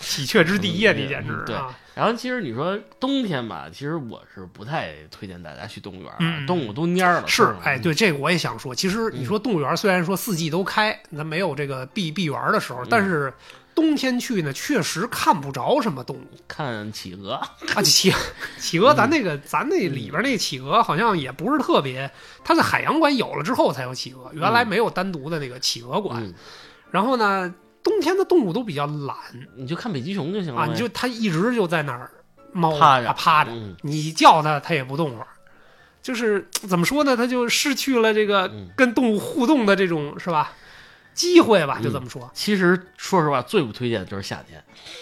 Speaker 2: 喜鹊之地呀，
Speaker 1: 嗯
Speaker 2: 你简直
Speaker 1: 对
Speaker 2: 啊，
Speaker 1: 然后其实你说冬天吧，其实我是不太推荐大家去动物园儿
Speaker 2: 嗯
Speaker 1: 啊，动物都蔫儿了。
Speaker 2: 是
Speaker 1: 吧，
Speaker 2: 哎，，对这个我也想说。其实
Speaker 1: 嗯
Speaker 2: 你说动物园虽然说四季都开，咱没有这个闭闭园的时
Speaker 1: 嗯
Speaker 2: 候，但是冬天去呢，确实看不着什么动物。
Speaker 1: 嗯看企鹅，
Speaker 2: 啊，企 企鹅，
Speaker 1: 嗯
Speaker 2: 咱那个咱那里边那企鹅好像也不是特别，它在海洋馆有了之后才有企鹅，原来没有单独的那个企鹅馆。
Speaker 1: 嗯，
Speaker 2: 然后呢，冬天的动物都比较懒
Speaker 1: 你就看北极熊就行了
Speaker 2: 啊，
Speaker 1: 呗。
Speaker 2: 你就它一直就在那儿猫
Speaker 1: 趴着
Speaker 2: 啊趴着，
Speaker 1: 嗯
Speaker 2: 你叫它，它也不动会儿。就是怎么说呢，它就失去了这个
Speaker 1: 嗯
Speaker 2: 跟动物互动的这种是吧机会吧，就这么说。
Speaker 1: 其实说实话，最不推荐的就是夏天，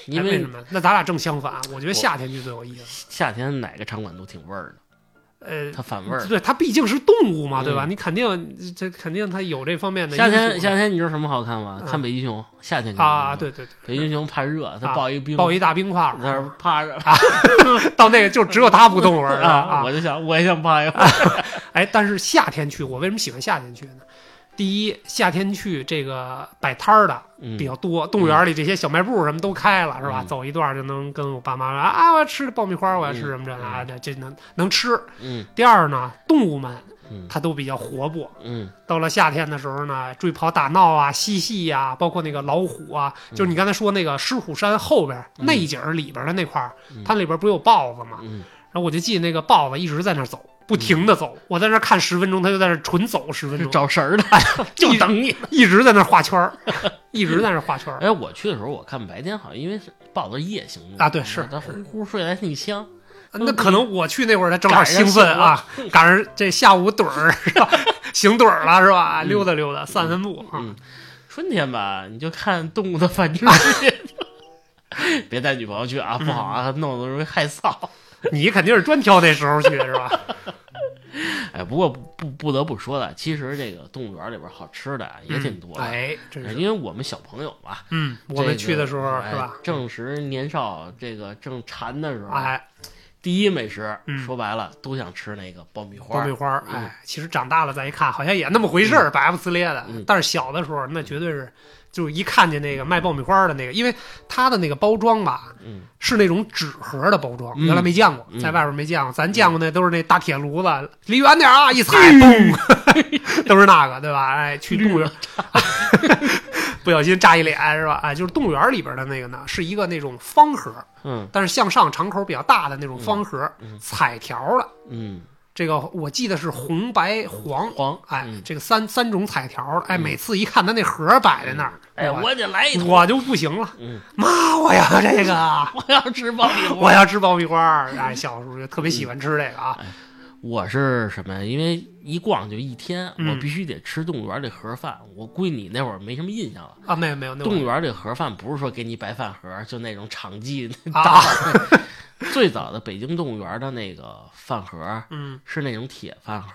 Speaker 1: 嗯因
Speaker 2: 哎
Speaker 1: 为
Speaker 2: 什么？那咱俩正相反，啊我觉得夏天去最有意思。
Speaker 1: 夏天哪个场馆都挺味儿的，
Speaker 2: 呃，
Speaker 1: 它反味儿。
Speaker 2: 对，它毕竟是动物嘛，
Speaker 1: 嗯
Speaker 2: 对吧？你肯定这肯定它有这方面的
Speaker 1: 夏
Speaker 2: 因
Speaker 1: 天
Speaker 2: 素
Speaker 1: 夏天你知道什么好看吗？
Speaker 2: 嗯
Speaker 1: 看北极熊，夏天看
Speaker 2: 啊，
Speaker 1: 北极熊，
Speaker 2: 对对
Speaker 1: 北极熊怕热，它
Speaker 2: 啊
Speaker 1: 抱一冰
Speaker 2: 对，抱一大冰块
Speaker 1: 嗯在那
Speaker 2: 儿
Speaker 1: 儿趴着
Speaker 2: 到那个就只有它不动味儿了
Speaker 1: 啊，
Speaker 2: 啊
Speaker 1: 我。就想我也想趴一会儿
Speaker 2: 哎，但是夏天去，我为什么喜欢夏天去呢？第一，夏天去这个摆摊儿的
Speaker 1: 嗯
Speaker 2: 比较多，动物园里这些小卖部什么都开了，是吧？
Speaker 1: 嗯
Speaker 2: 走一段就能跟我爸妈说啊，我要吃爆米花，我要吃
Speaker 1: 嗯
Speaker 2: 什么这
Speaker 1: 嗯
Speaker 2: 啊，这这能能吃。
Speaker 1: 嗯
Speaker 2: 第二呢，动物们
Speaker 1: 嗯
Speaker 2: 它都比较活泼，
Speaker 1: 嗯
Speaker 2: 到了夏天的时候呢，追跑打闹啊、嬉戏呀、包括那个老虎啊，
Speaker 1: 嗯
Speaker 2: 就是你刚才说那个狮虎山后边、内景儿里边的那块儿，它里边不是有豹子吗？
Speaker 1: 嗯
Speaker 2: 然后我就记得那个豹子一直在那儿走，不停的走。我在那儿看十分钟，他就在那儿纯走十分
Speaker 1: 是
Speaker 2: 钟，
Speaker 1: 找神儿 的，就等你。
Speaker 2: 一直在那儿画圈儿， 一直在那儿画圈儿。
Speaker 1: 哎，我去的时候，我看白天好像因为是报的夜行动
Speaker 2: 啊对是
Speaker 1: 他呼呼睡来一香，
Speaker 2: 嗯那可能我去那会儿，他正好兴奋啊， 赶上这下午盹儿是 吧？行盹儿了是吧？溜达溜达，散散步啊。
Speaker 1: 嗯，春天吧，你就看动物的繁 殖别带女朋友去啊，不好啊，弄得容易害臊。
Speaker 2: 你肯定是专挑那时候去是吧？
Speaker 1: 哎，不过不不得不说的，其实这个动物园里边好吃的啊也挺多的，
Speaker 2: 哎，真是，
Speaker 1: 因为我们小朋友嘛，
Speaker 2: 嗯，我
Speaker 1: 这
Speaker 2: 们
Speaker 1: 个
Speaker 2: 去的时候
Speaker 1: 哎
Speaker 2: 是吧？
Speaker 1: 正值年少，这个正馋的时候，
Speaker 2: 哎，
Speaker 1: 第一美食
Speaker 2: 嗯
Speaker 1: 说白了都想吃那个爆米花
Speaker 2: 爆米
Speaker 1: 儿，
Speaker 2: 花儿，
Speaker 1: 嗯
Speaker 2: 哎，其实长大了再一看，好像也那么回事儿，百不呲咧的
Speaker 1: 嗯。
Speaker 2: 但是小的时候，那绝对是，就一看见那个卖爆米花儿的那个，因为它的那个包装吧，
Speaker 1: 嗯，
Speaker 2: 是那种纸盒的包装，
Speaker 1: 嗯
Speaker 2: 原来没见过，
Speaker 1: 嗯
Speaker 2: 在外边没见过，咱见过那都是那大铁炉子，离远点儿啊，一踩嘣， 都是那个，对吧？哎，去动物园， 不小心炸一脸是吧？哎，就是动物园里边的那个呢，是一个那种方盒，
Speaker 1: 嗯
Speaker 2: 但是向上敞口比较大的那种方盒，
Speaker 1: 嗯嗯
Speaker 2: 彩条的。
Speaker 1: 嗯，
Speaker 2: 这个我记得是红白黄，
Speaker 1: 黄，
Speaker 2: 哎
Speaker 1: 嗯，
Speaker 2: 这个三三种彩条的，哎，每次一看他那盒摆在那儿，
Speaker 1: 哎，我得来一坨，
Speaker 2: 我就不行了，
Speaker 1: 嗯，
Speaker 2: 妈，我要这个，啊
Speaker 1: 我要吃爆米 花。
Speaker 2: 我要吃爆米花儿，哎，小时候就特别喜欢吃这个啊，
Speaker 1: 我是什么呀？因为一逛就一天，
Speaker 2: 嗯
Speaker 1: 我必须得吃动物园这盒饭。我估计你那会儿没什么印嗯象了。
Speaker 2: 啊，没有没有，那
Speaker 1: 动物
Speaker 2: 我
Speaker 1: 园这盒饭不是说给你白饭盒，就那种场 记大
Speaker 2: 啊，
Speaker 1: 碗儿。最早的北京动物园的那个饭盒
Speaker 2: 嗯，
Speaker 1: 是那种铁饭盒，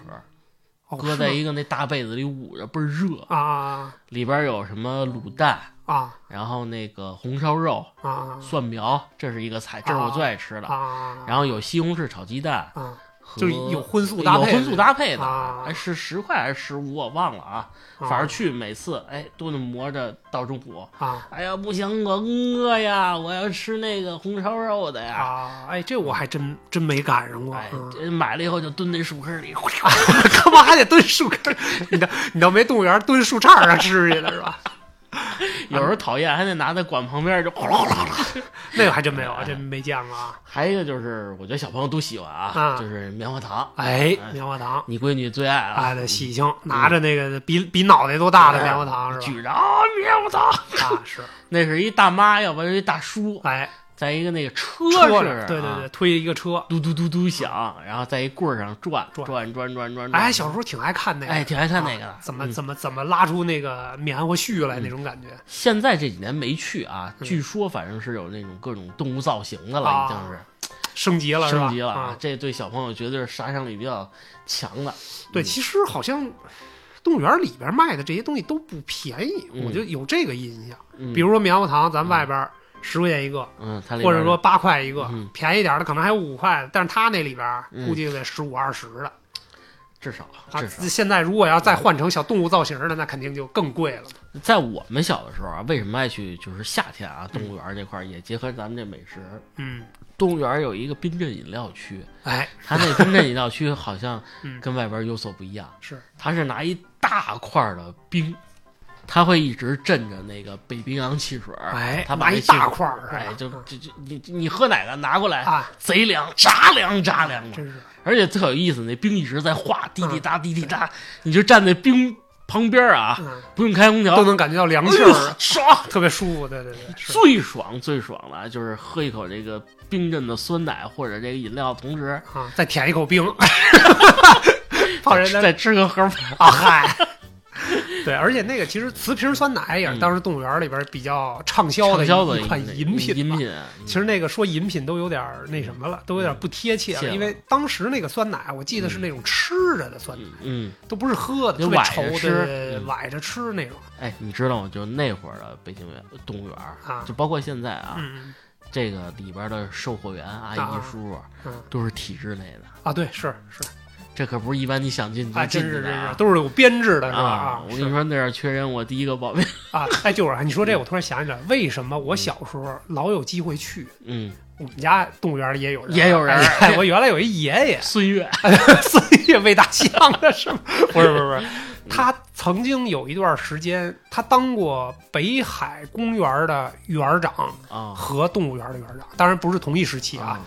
Speaker 2: 哦
Speaker 1: 搁在
Speaker 2: 是吗
Speaker 1: 一个那大被子里捂着，倍儿热。
Speaker 2: 啊啊
Speaker 1: 里边有什么卤蛋，
Speaker 2: 啊
Speaker 1: 然后那个红烧肉、
Speaker 2: 啊啊
Speaker 1: 蒜苗，这是一个菜，这是我最爱吃的。
Speaker 2: 啊
Speaker 1: 然后有西红柿炒鸡蛋，
Speaker 2: 啊，
Speaker 1: 和
Speaker 2: 就是有荤素搭配的
Speaker 1: 有荤素搭配的，
Speaker 2: 啊
Speaker 1: 哎，是十块还是十五，我忘了啊。
Speaker 2: 啊
Speaker 1: 反正去每次，哎，都得磨着到中午。
Speaker 2: 啊
Speaker 1: 哎呀，不行，我饿呀，我要吃那个红烧肉的呀。
Speaker 2: 啊，哎，这我还真真没赶上过，
Speaker 1: 哎
Speaker 2: 嗯，
Speaker 1: 这买了以后就蹲那树根里，
Speaker 2: 啊 干嘛还得蹲树根儿？你倒你倒没动物园蹲树杈儿上啊吃去了是吧？
Speaker 1: 有时候讨厌还得拿在管旁边就哗啦哗啦哗啦。
Speaker 2: 那个还真没有，真没见过啊。
Speaker 1: 还有一个就是，我觉得小朋友都喜欢啊，
Speaker 2: 啊
Speaker 1: 就是棉花糖，
Speaker 2: 哎，棉花糖
Speaker 1: 你闺女最爱啊，哎
Speaker 2: 啊，那喜庆拿着那个比比脑袋都大的棉花糖是
Speaker 1: 举着啊棉花糖，
Speaker 2: 吧？啊，是，
Speaker 1: 那是一大妈，要不然是一大叔，
Speaker 2: 哎，
Speaker 1: 在一个那个车
Speaker 2: 车
Speaker 1: 上
Speaker 2: 着，对对
Speaker 1: 啊
Speaker 2: 对，推一个车。
Speaker 1: 嘟嘟嘟嘟响，然后在一棍儿上转
Speaker 2: 转
Speaker 1: 转转转转。
Speaker 2: 哎，小时候挺爱看那个，
Speaker 1: 嗯哎挺爱看那个的
Speaker 2: 啊怎么
Speaker 1: 嗯
Speaker 2: 怎么怎么拉出那个棉花絮来那种感觉
Speaker 1: 现在这几年没去啊，据说反正是有那种各种动物造型的了，
Speaker 2: 嗯啊
Speaker 1: 已经是
Speaker 2: 升级了是吧？
Speaker 1: 升级了
Speaker 2: 啊
Speaker 1: 啊！这对小朋友绝对是杀伤力比较强的。
Speaker 2: 对，其实好像动物园里边卖的这些东西都不便宜，
Speaker 1: 嗯
Speaker 2: 我就有这个印象。
Speaker 1: 嗯
Speaker 2: 比如说棉花糖，咱外边十块钱一个，
Speaker 1: 嗯，它里边
Speaker 2: 或者说八块一个
Speaker 1: 嗯，
Speaker 2: 便宜点的可能还有五块的，但是他那里边
Speaker 1: 嗯
Speaker 2: 估计就得十五二十的。
Speaker 1: 至少
Speaker 2: 啊
Speaker 1: 至少，
Speaker 2: 现在如果要再换成小动物造型的，那肯定就更贵了。
Speaker 1: 在我们小的时候啊，为什么爱去就是夏天啊，动物园这块儿也结合咱们这美食，
Speaker 2: 嗯，
Speaker 1: 动物园有一个冰镇饮料区，
Speaker 2: 哎，
Speaker 1: 它那冰镇饮料区好像
Speaker 2: 嗯
Speaker 1: 跟外边有所不一样。
Speaker 2: 是
Speaker 1: 他是拿一大块儿的冰，他会一直镇着那个北冰洋汽水儿，啊
Speaker 2: 哎
Speaker 1: 他把
Speaker 2: 拿
Speaker 1: 那
Speaker 2: 一
Speaker 1: 汽水
Speaker 2: 大块儿是吧
Speaker 1: 哎，就就就你你喝哪个拿过来，
Speaker 2: 啊，
Speaker 1: 贼凉，扎凉扎凉的，
Speaker 2: 真嗯是
Speaker 1: 而且特有意思，那冰一直在化，滴滴答滴滴答，你就站在冰旁边儿啊，
Speaker 2: 嗯
Speaker 1: 不用开空调
Speaker 2: 都，能感觉到凉气
Speaker 1: 哎呦
Speaker 2: 儿，啊
Speaker 1: 爽，
Speaker 2: 特别舒服。对对对，是
Speaker 1: 最爽最爽了，就是喝一口这个冰镇的酸奶或者这个饮料，同时
Speaker 2: 啊，再舔一 口冰，放人家
Speaker 1: 再吃个盒 饭，
Speaker 2: 啊嗨。对，而且那个其实瓷瓶酸奶也是
Speaker 1: 嗯
Speaker 2: 当时动物园里边比较畅销
Speaker 1: 畅
Speaker 2: 的
Speaker 1: 销的
Speaker 2: 一款
Speaker 1: 饮
Speaker 2: 饮品吧。
Speaker 1: 饮品，啊嗯
Speaker 2: 其实那个说饮品都有点儿那什么了，都有点儿不贴切
Speaker 1: 谢
Speaker 2: 了，
Speaker 1: 了
Speaker 2: 因为当时那个酸奶，啊我记得是那种吃着的酸奶，
Speaker 1: 嗯。
Speaker 2: 都不是喝的，
Speaker 1: 就
Speaker 2: 特别
Speaker 1: 崴着
Speaker 2: 稠的，
Speaker 1: 吃
Speaker 2: 对
Speaker 1: 嗯
Speaker 2: 崴着吃那种。
Speaker 1: 哎，你知道吗？就那会儿的北京园动物园儿
Speaker 2: 啊
Speaker 1: 就包括现在啊，
Speaker 2: 嗯
Speaker 1: 这个里边的售货员阿姨、
Speaker 2: 啊
Speaker 1: 叔叔
Speaker 2: 嗯
Speaker 1: 都是体制内的，
Speaker 2: 啊，对，是是，
Speaker 1: 这可不是一般你想进就
Speaker 2: 哎，
Speaker 1: 进
Speaker 2: 真
Speaker 1: 去
Speaker 2: 是
Speaker 1: 的
Speaker 2: 真是，
Speaker 1: 啊。
Speaker 2: 都是有编制的，是吧？
Speaker 1: 啊
Speaker 2: 啊，，
Speaker 1: 我跟你
Speaker 2: 是
Speaker 1: 说，那儿缺人，我第一个保镖。
Speaker 2: 啊，哎，就是啊，你说这，我突然想起来，为什么我小时候老有机会去？
Speaker 1: 嗯，
Speaker 2: 我们家动物园里也有人，
Speaker 1: 也有人
Speaker 2: 哎，我原来有一爷 爷，
Speaker 1: 孙悦，
Speaker 2: 所以喂大象的 是吗？不是不是不是，他曾经有一段时间，他当过北海公园的园长
Speaker 1: 啊
Speaker 2: 和动物园的园长，当然不是同一时期啊。
Speaker 1: 啊，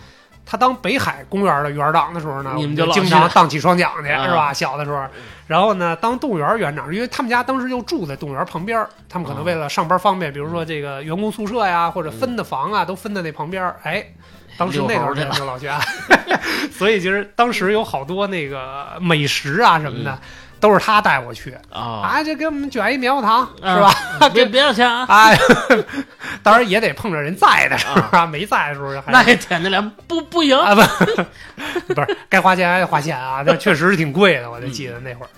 Speaker 2: 他当北海公园的园长的时候呢，
Speaker 1: 你
Speaker 2: 我
Speaker 1: 们
Speaker 2: 们
Speaker 1: 就老
Speaker 2: 经
Speaker 1: 去
Speaker 2: 常荡起双桨去，
Speaker 1: 啊
Speaker 2: 是吧？小的时候，然后呢，当动物园园长，因为他们家当时就住在动物园旁边儿，他们可能为了上班方便，比如说这个员工宿舍
Speaker 1: 嗯
Speaker 2: 呀，或者分的房啊，都分在那旁边儿。哎，当时那段
Speaker 1: 遛
Speaker 2: 儿
Speaker 1: 猴去
Speaker 2: 人
Speaker 1: 了
Speaker 2: 就老去啊， 所以就是当时有好多那个美食啊什么
Speaker 1: 嗯
Speaker 2: 的，都是他带我去
Speaker 1: 啊，
Speaker 2: 啊，就给我们卷一棉花糖，
Speaker 1: 啊
Speaker 2: 是吧？
Speaker 1: 别别要钱啊！
Speaker 2: 哎，当然也得碰着人在的时候啊，没在的时候还
Speaker 1: 那也舔着脸不不赢，
Speaker 2: 啊不，不是该花钱还得花钱啊，那确实是挺贵的，我就记得那会儿，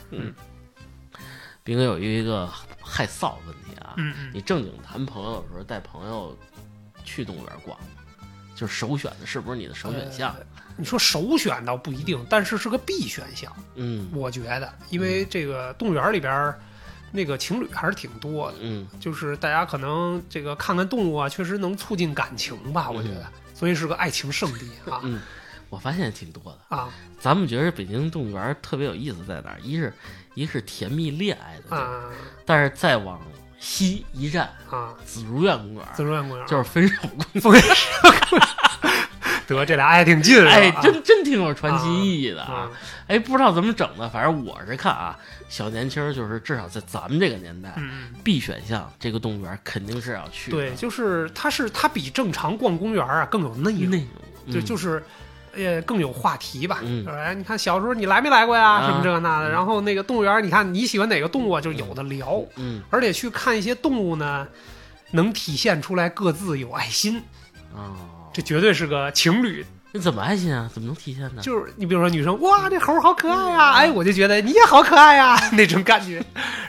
Speaker 1: 斌哥有一个害臊问题啊，
Speaker 2: 嗯嗯，
Speaker 1: 你正经谈朋友的时候带朋友去动物园逛，就是首选的是不是你的首选项？
Speaker 2: 你说首选倒不一定，但是是个必选项，
Speaker 1: 嗯
Speaker 2: 我觉得，因为这个动物园里边儿那个情侣还是挺多的，
Speaker 1: 嗯
Speaker 2: 就是大家可能这个看看动物啊，确实能促进感情吧，我觉得，所以是个爱情圣地啊
Speaker 1: 嗯，我发现挺多的。
Speaker 2: 啊
Speaker 1: 咱们觉得北京动物园特别有意思在哪儿？一是一是甜蜜恋爱的地儿，
Speaker 2: 啊
Speaker 1: 但是再往西一站，
Speaker 2: 啊！
Speaker 1: 紫竹院公园
Speaker 2: 自助院公园
Speaker 1: 就是分手公园，
Speaker 2: 得这俩挨挺近是吧，
Speaker 1: 哎，
Speaker 2: 啊
Speaker 1: 真真挺有传奇意义的
Speaker 2: 啊
Speaker 1: 啊！哎，不知道怎么整的，反正我是看啊，小年轻儿就是至少在咱们这个年代，
Speaker 2: 嗯。
Speaker 1: 必选项这个动物园肯定是要去的。
Speaker 2: 对，就是它是它比正常逛公园啊更有内容，
Speaker 1: 内容
Speaker 2: 就
Speaker 1: 嗯
Speaker 2: 就是。呃，更有话题吧。
Speaker 1: 嗯
Speaker 2: 哎，你看小时候你来没来过呀？
Speaker 1: 啊
Speaker 2: 什么这个那的。然后那个动物园，你看你喜欢哪个动物啊？就有的聊，
Speaker 1: 嗯
Speaker 2: 而且去看一些动物呢，能体现出来各自有爱心。
Speaker 1: 哦，
Speaker 2: 这绝对是个情侣。
Speaker 1: 你怎么爱心啊？怎么能体现呢？
Speaker 2: 就是你比如说女生，哇，这猴好可爱呀、哎，我就觉得你也好可爱呀、 那种感觉。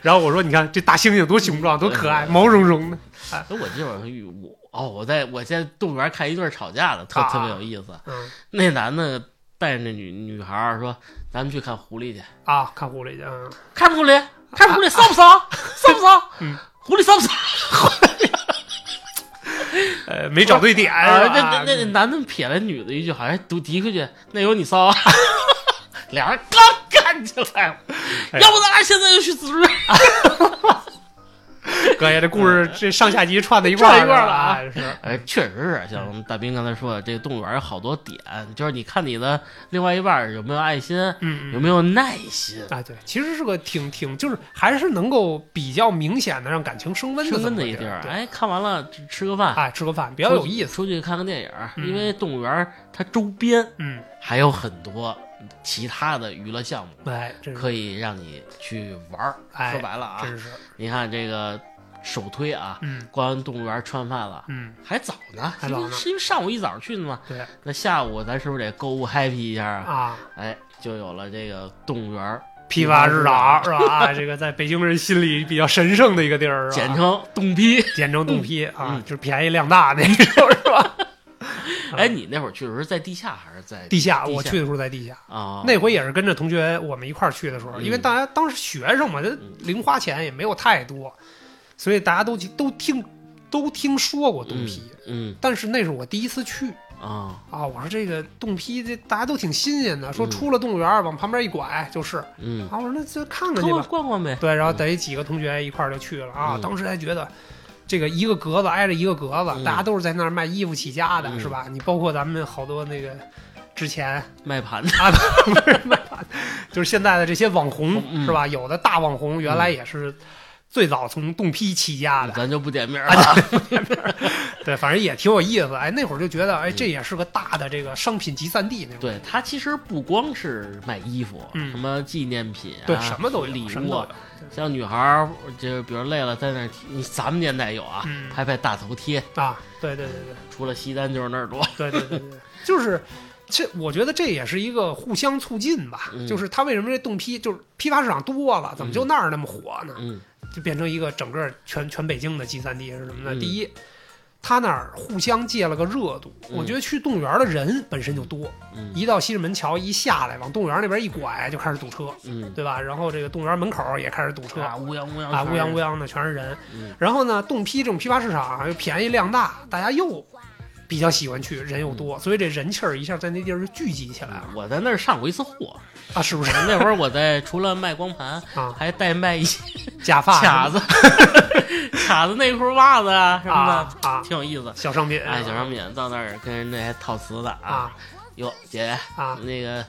Speaker 2: 然后我说，你看这大猩猩多雄壮，多可爱，
Speaker 1: 对
Speaker 2: 毛茸茸的。
Speaker 1: 哎，我记得我我哦，我在我在动物园看一对儿吵架的，特
Speaker 2: 啊
Speaker 1: 特别有意思。
Speaker 2: 嗯
Speaker 1: 那男的带着那女女孩儿说：“咱们去看狐狸去，
Speaker 2: 啊，看狐狸去，嗯
Speaker 1: 看狐狸，看狐狸，骚不 骚？骚不骚？
Speaker 2: 嗯
Speaker 1: 狐狸骚不骚？”
Speaker 2: 呃，没找对点。
Speaker 1: 啊，
Speaker 2: 是吧
Speaker 1: 那那那男的撇了女的一句，好像读嘀咕句：“那有你 骚。”啊俩人刚干起来了，
Speaker 2: 哎
Speaker 1: 要不咱俩现在就去紫竹院？
Speaker 2: 哥呀，这故事这上下集串在一块
Speaker 1: 嗯
Speaker 2: 儿
Speaker 1: 串一块儿了啊
Speaker 2: 哎是，
Speaker 1: 哎，确实是，像大兵刚才说的，这个动物园有好多点，就是你看你的另外一半儿有没有爱心，
Speaker 2: 嗯
Speaker 1: 有没有耐心，
Speaker 2: 啊，对，其实是个挺挺，就是还是能够比较明显的让感情升温的
Speaker 1: 升温
Speaker 2: 这
Speaker 1: 的
Speaker 2: 么
Speaker 1: 一地儿。
Speaker 2: 对，
Speaker 1: 哎，看完了吃吃个饭，
Speaker 2: 哎，吃个饭比较有意思，
Speaker 1: 出去看个电影儿，
Speaker 2: 嗯
Speaker 1: 因为动物园儿它周边
Speaker 2: 嗯，
Speaker 1: 还有很多其他的娱乐项目
Speaker 2: 哎，真是，
Speaker 1: 可以让你去玩儿。
Speaker 2: 哎
Speaker 1: 说白了啊，
Speaker 2: 真是，
Speaker 1: 你看这个首推啊，
Speaker 2: 嗯
Speaker 1: 逛完动物园吃完饭了，
Speaker 2: 嗯，
Speaker 1: 还早呢，
Speaker 2: 还早呢
Speaker 1: 因为是因为上午一早去的嘛。
Speaker 2: 对
Speaker 1: 那下午咱是不是得购物 happy 一下啊？
Speaker 2: 啊，
Speaker 1: 哎，就有了这个动物园儿，
Speaker 2: 批发市场是吧？啊，这个在北京人心里比较神圣的一个地儿，是吧
Speaker 1: 简称动批。
Speaker 2: 简称冻批啊
Speaker 1: 嗯，
Speaker 2: 就是便宜量大那种 是吧？
Speaker 1: 哎，你那会儿去的时候是在地下还是在
Speaker 2: 地下，
Speaker 1: 地下
Speaker 2: 我去的时候在地下。
Speaker 1: 啊？
Speaker 2: 那回也是跟着同学我们一块儿去的时候，因为
Speaker 1: 嗯
Speaker 2: 大家当时学生嘛，这零花钱也没有太多，所以大家都都听都听说过冻批，
Speaker 1: 嗯
Speaker 2: 但是那是我第一次去
Speaker 1: 啊
Speaker 2: 啊。我说这个冻批这大家都挺新鲜的，说
Speaker 1: 嗯
Speaker 2: 出了动物园儿往旁边一拐就是啊。
Speaker 1: 嗯，
Speaker 2: 我说那就看看
Speaker 1: 逛
Speaker 2: 去
Speaker 1: 逛
Speaker 2: 吧。
Speaker 1: 逛逛呗。
Speaker 2: 对，然后得几个同学一块儿就去了啊。
Speaker 1: 嗯
Speaker 2: 当时还觉得。这个一个格子挨着一个格子，
Speaker 1: 嗯
Speaker 2: 大家都是在那儿卖衣服起家的，
Speaker 1: 嗯
Speaker 2: 是吧？你包括咱们好多那个之前
Speaker 1: 卖盘的，
Speaker 2: 啊，不是卖盘，就是现在的这些网红、
Speaker 1: 嗯
Speaker 2: 是吧？有的大网红原来也是最早从冻批起家的，
Speaker 1: 咱就不点名
Speaker 2: 啊
Speaker 1: 了。
Speaker 2: 对，反正也挺有意思。哎，那会儿就觉得，
Speaker 1: 嗯
Speaker 2: 哎，这也是个大的这个商品集散地那种。
Speaker 1: 对，它其实不光是卖衣服，
Speaker 2: 嗯
Speaker 1: 什么纪念品啊，
Speaker 2: 对，什么都有，
Speaker 1: 礼
Speaker 2: 什么
Speaker 1: 物
Speaker 2: 都
Speaker 1: 啊
Speaker 2: 有。。
Speaker 1: 像女孩儿，就是比如累了，在那儿贴，咱们年代有啊，
Speaker 2: 嗯
Speaker 1: 拍拍大头贴，
Speaker 2: 啊，对对对对。
Speaker 1: 除了西单就是那儿多。
Speaker 2: 对对对，对，就是这，我觉得这也是一个互相促进吧。
Speaker 1: 嗯
Speaker 2: 就是他为什么这冻批就是批发市场多了，怎么就那儿那么火呢？
Speaker 1: 嗯
Speaker 2: 就变成一个整个全全北京的集散地是什么呢？
Speaker 1: 嗯
Speaker 2: 第一，他那儿互相借了个热度。
Speaker 1: 嗯
Speaker 2: 我觉得去动物园的人本身就多，
Speaker 1: 嗯
Speaker 2: 一到西直门桥一下来，往动物园那边一拐就开始堵车，
Speaker 1: 嗯，
Speaker 2: 对吧？然后这个动物园门口也开始堵车。
Speaker 1: 啊，乌泱乌泱
Speaker 2: 啊，乌泱乌
Speaker 1: 泱，
Speaker 2: 泱的全是人。
Speaker 1: 嗯
Speaker 2: 然后呢，冻批这种批发市场啊又便宜量大，大家又比较喜欢去，人又多，所以这人气儿一下在那地儿就聚集起来了
Speaker 1: 啊我在那儿上过一次货，
Speaker 2: 啊，是不是
Speaker 1: 那会儿我在除了卖光盘，
Speaker 2: 啊？
Speaker 1: 还代卖一些
Speaker 2: 假发
Speaker 1: 卡子、 卡子、内裤、袜子啊什么
Speaker 2: 啊
Speaker 1: 的，
Speaker 2: 啊，
Speaker 1: 挺有意思。
Speaker 2: 小商品，
Speaker 1: 哎，小商品到那儿跟人家还套词的
Speaker 2: 啊，
Speaker 1: 哟，姐，
Speaker 2: 啊
Speaker 1: 那个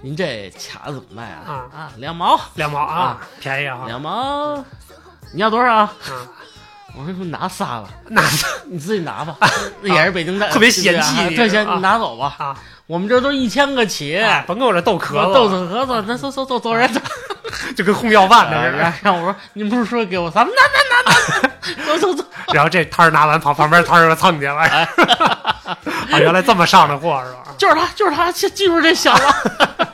Speaker 1: 您这卡怎么卖啊？
Speaker 2: 啊
Speaker 1: 啊，两毛，
Speaker 2: 两毛啊
Speaker 1: 啊，
Speaker 2: 便宜啊，
Speaker 1: 两毛，你要多少？啊
Speaker 2: 嗯，
Speaker 1: 我说你拿仨吧，
Speaker 2: 那
Speaker 1: 你自己拿吧，那也是北京的，
Speaker 2: 啊特别嫌弃
Speaker 1: 对
Speaker 2: 你
Speaker 1: 啊特嫌
Speaker 2: 啊
Speaker 1: 你拿走吧，
Speaker 2: 啊，
Speaker 1: 我们这都一千个起，
Speaker 2: 哎甭跟我这斗咳
Speaker 1: 豆
Speaker 2: 嗽
Speaker 1: 子盒子，那走走走走
Speaker 2: 啊
Speaker 1: 人。走
Speaker 2: 了，就跟轰要饭的似
Speaker 1: 然
Speaker 2: 的。
Speaker 1: 后然后我说你们不是说给我仨吗？那那 那那，走走走，
Speaker 2: 然后这摊儿拿完，跑旁边摊儿又蹭去了。哎 啊，原来这么上的货是吧？
Speaker 1: 就是他，就是他，就记住这小 子。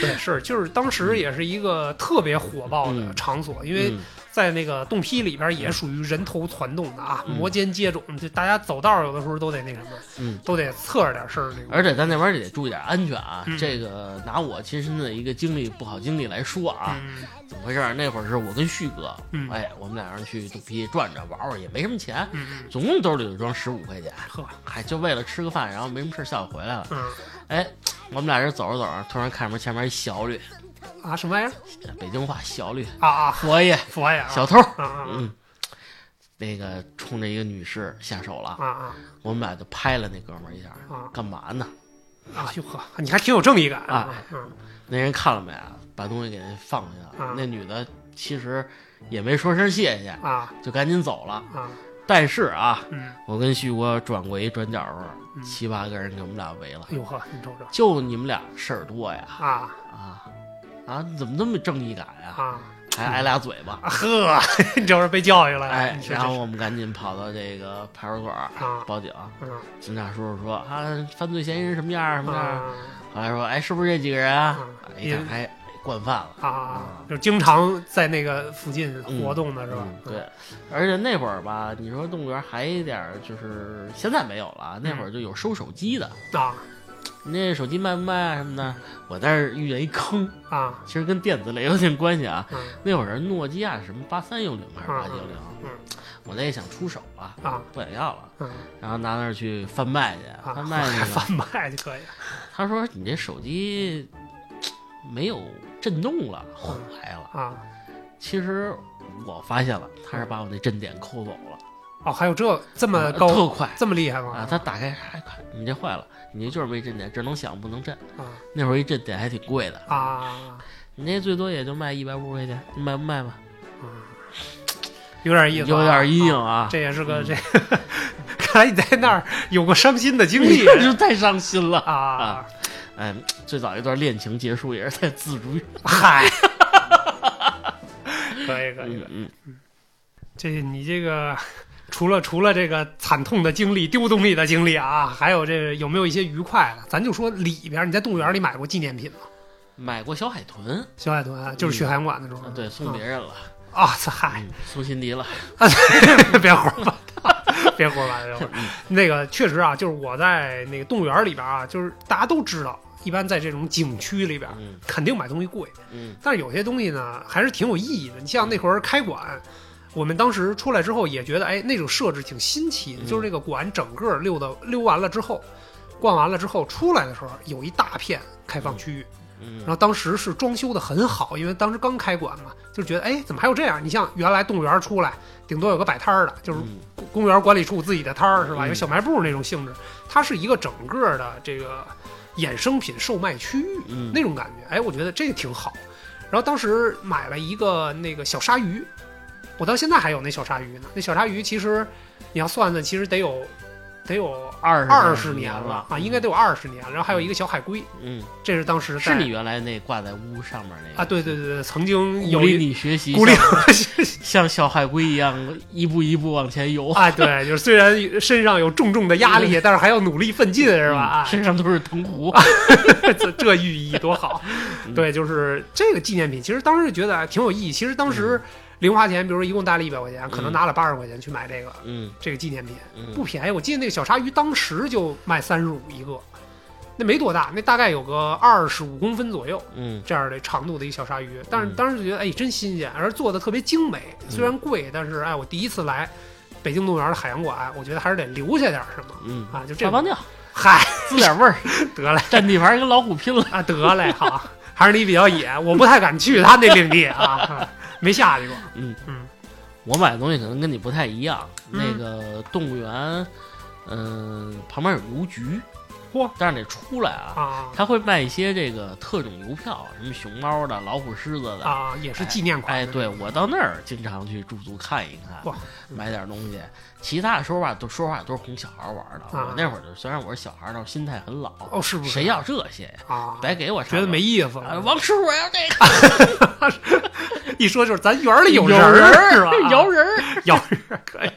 Speaker 2: 对，是，就是当时也是一个特别火爆的
Speaker 1: 嗯
Speaker 2: 场所，因为
Speaker 1: 嗯
Speaker 2: 在那个洞批里边也属于人头攒动的啊，
Speaker 1: 嗯
Speaker 2: 摩肩接踵，就大家走道儿有的时候都得那什么，
Speaker 1: 嗯
Speaker 2: 都得侧着点身儿那种。
Speaker 1: 而且咱那边儿也得注意点安全啊。
Speaker 2: 嗯
Speaker 1: 这个拿我亲身的一个经历，不好经历来说啊，
Speaker 2: 嗯
Speaker 1: 怎么回事儿？那会儿是我跟旭哥，
Speaker 2: 嗯
Speaker 1: 哎，我们俩人去肚皮转转玩玩，也没什么钱，
Speaker 2: 嗯嗯，
Speaker 1: 总共兜里就装十五块钱，
Speaker 2: 呵，
Speaker 1: 哎，就为了吃个饭，然后没什么事儿下午回来了。
Speaker 2: 嗯
Speaker 1: 哎，我们俩人走着走着，突然看着前面一小绿，
Speaker 2: 啊，什么玩意儿？
Speaker 1: 北京话小绿，
Speaker 2: 啊啊，
Speaker 1: 佛爷，
Speaker 2: 佛爷啊，
Speaker 1: 小偷，
Speaker 2: 啊啊
Speaker 1: 嗯，那个冲着一个女士下手了
Speaker 2: 啊，啊
Speaker 1: 我们俩就拍了那哥们儿一下
Speaker 2: 啊，
Speaker 1: 干嘛呢？
Speaker 2: 啊！哟呵，你还挺有正义感
Speaker 1: 啊！
Speaker 2: 嗯
Speaker 1: 那人看了没啊？把东西给那放下了。
Speaker 2: 啊
Speaker 1: 那女的其实也没说声谢谢，
Speaker 2: 啊
Speaker 1: 就赶紧走了。
Speaker 2: 啊
Speaker 1: 但是啊，
Speaker 2: 嗯，
Speaker 1: 我跟旭哥转过一转角的时候，
Speaker 2: 嗯哎
Speaker 1: 七八个人给我们俩围了，
Speaker 2: 哟呵，你瞅瞅
Speaker 1: 就你们俩事儿多呀
Speaker 2: 啊
Speaker 1: 啊啊！你怎么那么正义感呀？
Speaker 2: 啊
Speaker 1: 还挨俩嘴 巴。
Speaker 2: 啊呵，你这是被教育了呀，
Speaker 1: 哎
Speaker 2: 你，说这
Speaker 1: 然后我们赶紧跑到这个派出所
Speaker 2: 啊
Speaker 1: 报警。
Speaker 2: 嗯
Speaker 1: 警察叔叔说啊，犯罪嫌疑人什么样儿什么样儿？
Speaker 2: 啊
Speaker 1: 后来说，哎，是不是这几个人啊
Speaker 2: 啊？
Speaker 1: 一看，哎，惯犯了。
Speaker 2: 啊啊，就经常在那个附近活动的是吧啊
Speaker 1: 嗯？，对，而且那会儿吧，你说动物园还一点儿就是现在没有了啊，那会儿就有收手机的，
Speaker 2: 啊
Speaker 1: 你那手机卖不卖啊什么的。我在这儿遇见一坑，
Speaker 2: 啊
Speaker 1: 其实跟电子类有点关系啊。
Speaker 2: 嗯
Speaker 1: 那会儿是诺基亚什么八三幺零还是
Speaker 2: 啊
Speaker 1: 八九零
Speaker 2: 嗯，
Speaker 1: 我那也想出手了，
Speaker 2: 啊
Speaker 1: 不想要了，
Speaker 2: 嗯
Speaker 1: 然后拿那儿去贩卖去，
Speaker 2: 啊，
Speaker 1: 贩卖
Speaker 2: 还
Speaker 1: 去呢，
Speaker 2: 贩卖就可以
Speaker 1: 他说你这手机没有震动了，坏了。
Speaker 2: 啊。
Speaker 1: 其实我发现了，他是把我那震点抠走了，
Speaker 2: 哦，还有这这么
Speaker 1: 啊
Speaker 2: 高
Speaker 1: 特快。
Speaker 2: 这么厉害吗？
Speaker 1: 啊，他打开还看你这坏了，你就是没震点，只能响不能震。
Speaker 2: 啊
Speaker 1: 那会儿一震点还挺贵的，
Speaker 2: 啊啊，
Speaker 1: 你那最多也就卖一百五十块钱，你卖不卖吧？
Speaker 2: 有点意思啊，
Speaker 1: 有点阴影
Speaker 2: 啊
Speaker 1: 啊，
Speaker 2: 这也是个
Speaker 1: 嗯
Speaker 2: 这， 看来你在那儿有过伤心的 经历
Speaker 1: 就太伤心 了。
Speaker 2: 啊！
Speaker 1: 哎，最早一段恋情结束也是在自主语。
Speaker 2: 嗨， 可以可以，可
Speaker 1: 嗯
Speaker 2: 以
Speaker 1: 嗯，
Speaker 2: 这你这个除了除了这个惨痛的经历、丢东西的经历啊，还有这有没有一些愉快的？咱就说里边，你在动物园里买过纪念品吗？
Speaker 1: 买过小海豚，
Speaker 2: 小海豚啊就是去海洋馆的时候
Speaker 1: 啊，对，送别人了，
Speaker 2: 啊，嗨，
Speaker 1: 嗯，送辛迪了。嗯
Speaker 2: 别胡说八道，别胡说八道。那个确实啊，就是我在那个动物园里边啊，就是大家都知道，一般在这种景区里边，
Speaker 1: 嗯
Speaker 2: 肯定买东西贵。
Speaker 1: 嗯
Speaker 2: 但是有些东西呢，还是挺有意义的。你像那会儿开馆，我们当时出来之后也觉得，哎，那种设置挺新奇的。
Speaker 1: 嗯
Speaker 2: 就是这个馆整个溜达溜完了之后，逛完了之后出来的时候，有一大片开放区域。
Speaker 1: 嗯
Speaker 2: 然后当时是装修的很好，因为当时刚开馆嘛，就觉得，哎，怎么还有这样？你像原来动物园出来，顶多有个摆摊儿的，就是
Speaker 1: 嗯
Speaker 2: 公园管理处自己的摊儿是吧？
Speaker 1: 嗯
Speaker 2: 有小卖部那种性质，它是一个整个的这个衍生品售卖区域。
Speaker 1: 嗯，
Speaker 2: 那种感觉，哎，我觉得这个挺好。然后当时买了一个那个小鲨鱼，我到现在还有那小鲨鱼呢。那小鲨鱼其实你要算算，其实得有得有
Speaker 1: 二
Speaker 2: 二
Speaker 1: 十
Speaker 2: 十年
Speaker 1: 了
Speaker 2: 啊，应该得有二十年。然后还有一个小海龟，
Speaker 1: 嗯，
Speaker 2: 这是当时
Speaker 1: 是
Speaker 2: 在
Speaker 1: 你原来那挂在屋上面那个
Speaker 2: 啊，对对对对，曾经
Speaker 1: 鼓
Speaker 2: 有
Speaker 1: 励
Speaker 2: 一
Speaker 1: 你学习，
Speaker 2: 鼓励
Speaker 1: 像小海龟一样一步一步往前游，
Speaker 2: 啊，对，就是虽然身上有重重的压力，但是还要努力奋进，是吧？啊
Speaker 1: 嗯，身上都是藤壶，
Speaker 2: 这这寓意多好
Speaker 1: 嗯！
Speaker 2: 对，就是这个纪念品，其实当时就觉得哎挺有意义。其实当时零花钱，比如说一共带了一百块钱，可能
Speaker 1: 嗯
Speaker 2: 拿了八十块钱去买这个
Speaker 1: 嗯
Speaker 2: 这个纪念品，
Speaker 1: 嗯
Speaker 2: 不便宜。我记得那个小鲨鱼当时就卖三十五一个，那没多大，那大概有个二十五公分左右
Speaker 1: 嗯
Speaker 2: 这样的长度的一小鲨鱼。但是
Speaker 1: 嗯
Speaker 2: 当时就觉得哎，真新鲜，而做的特别精美。虽然贵，但是哎，我第一次来北京动物园的海洋馆，我觉得还是得留下点什么
Speaker 1: 嗯，
Speaker 2: 啊，就这
Speaker 1: 大
Speaker 2: 种。
Speaker 1: 帮尿
Speaker 2: 嗨，
Speaker 1: 滋点味儿，
Speaker 2: 得 了。
Speaker 1: 占地盘跟老虎拼了。
Speaker 2: 啊，得嘞，好，还是你比较野，我不太敢去他那领地啊，没下去过。
Speaker 1: 我买的东西可能跟你不太一样，
Speaker 2: 嗯
Speaker 1: 那个动物园，嗯、旁边有邮局，
Speaker 2: 嚯
Speaker 1: 但是得出来啊，
Speaker 2: 啊
Speaker 1: 他会卖一些这个特种邮票，什么熊猫的、老虎、狮子的。
Speaker 2: 啊，也是纪念款。
Speaker 1: 哎，对我到那儿经常去驻足看一看
Speaker 2: 哇，
Speaker 1: 买点东西。其他的说话都说话都是哄小孩玩的。
Speaker 2: 啊
Speaker 1: 我那会儿就虽然我是小孩，但我心态很老。
Speaker 2: 哦，是不是？
Speaker 1: 谁要这些呀？
Speaker 2: 啊？
Speaker 1: 白给我差
Speaker 2: 觉
Speaker 1: 不
Speaker 2: 得
Speaker 1: 多
Speaker 2: 没啊意思
Speaker 1: 啊
Speaker 2: 了。
Speaker 1: 王师傅，我要这个
Speaker 2: 一说就是咱园里人
Speaker 1: 人
Speaker 2: 儿是吧？
Speaker 1: 摇人儿。
Speaker 2: 有人儿可以，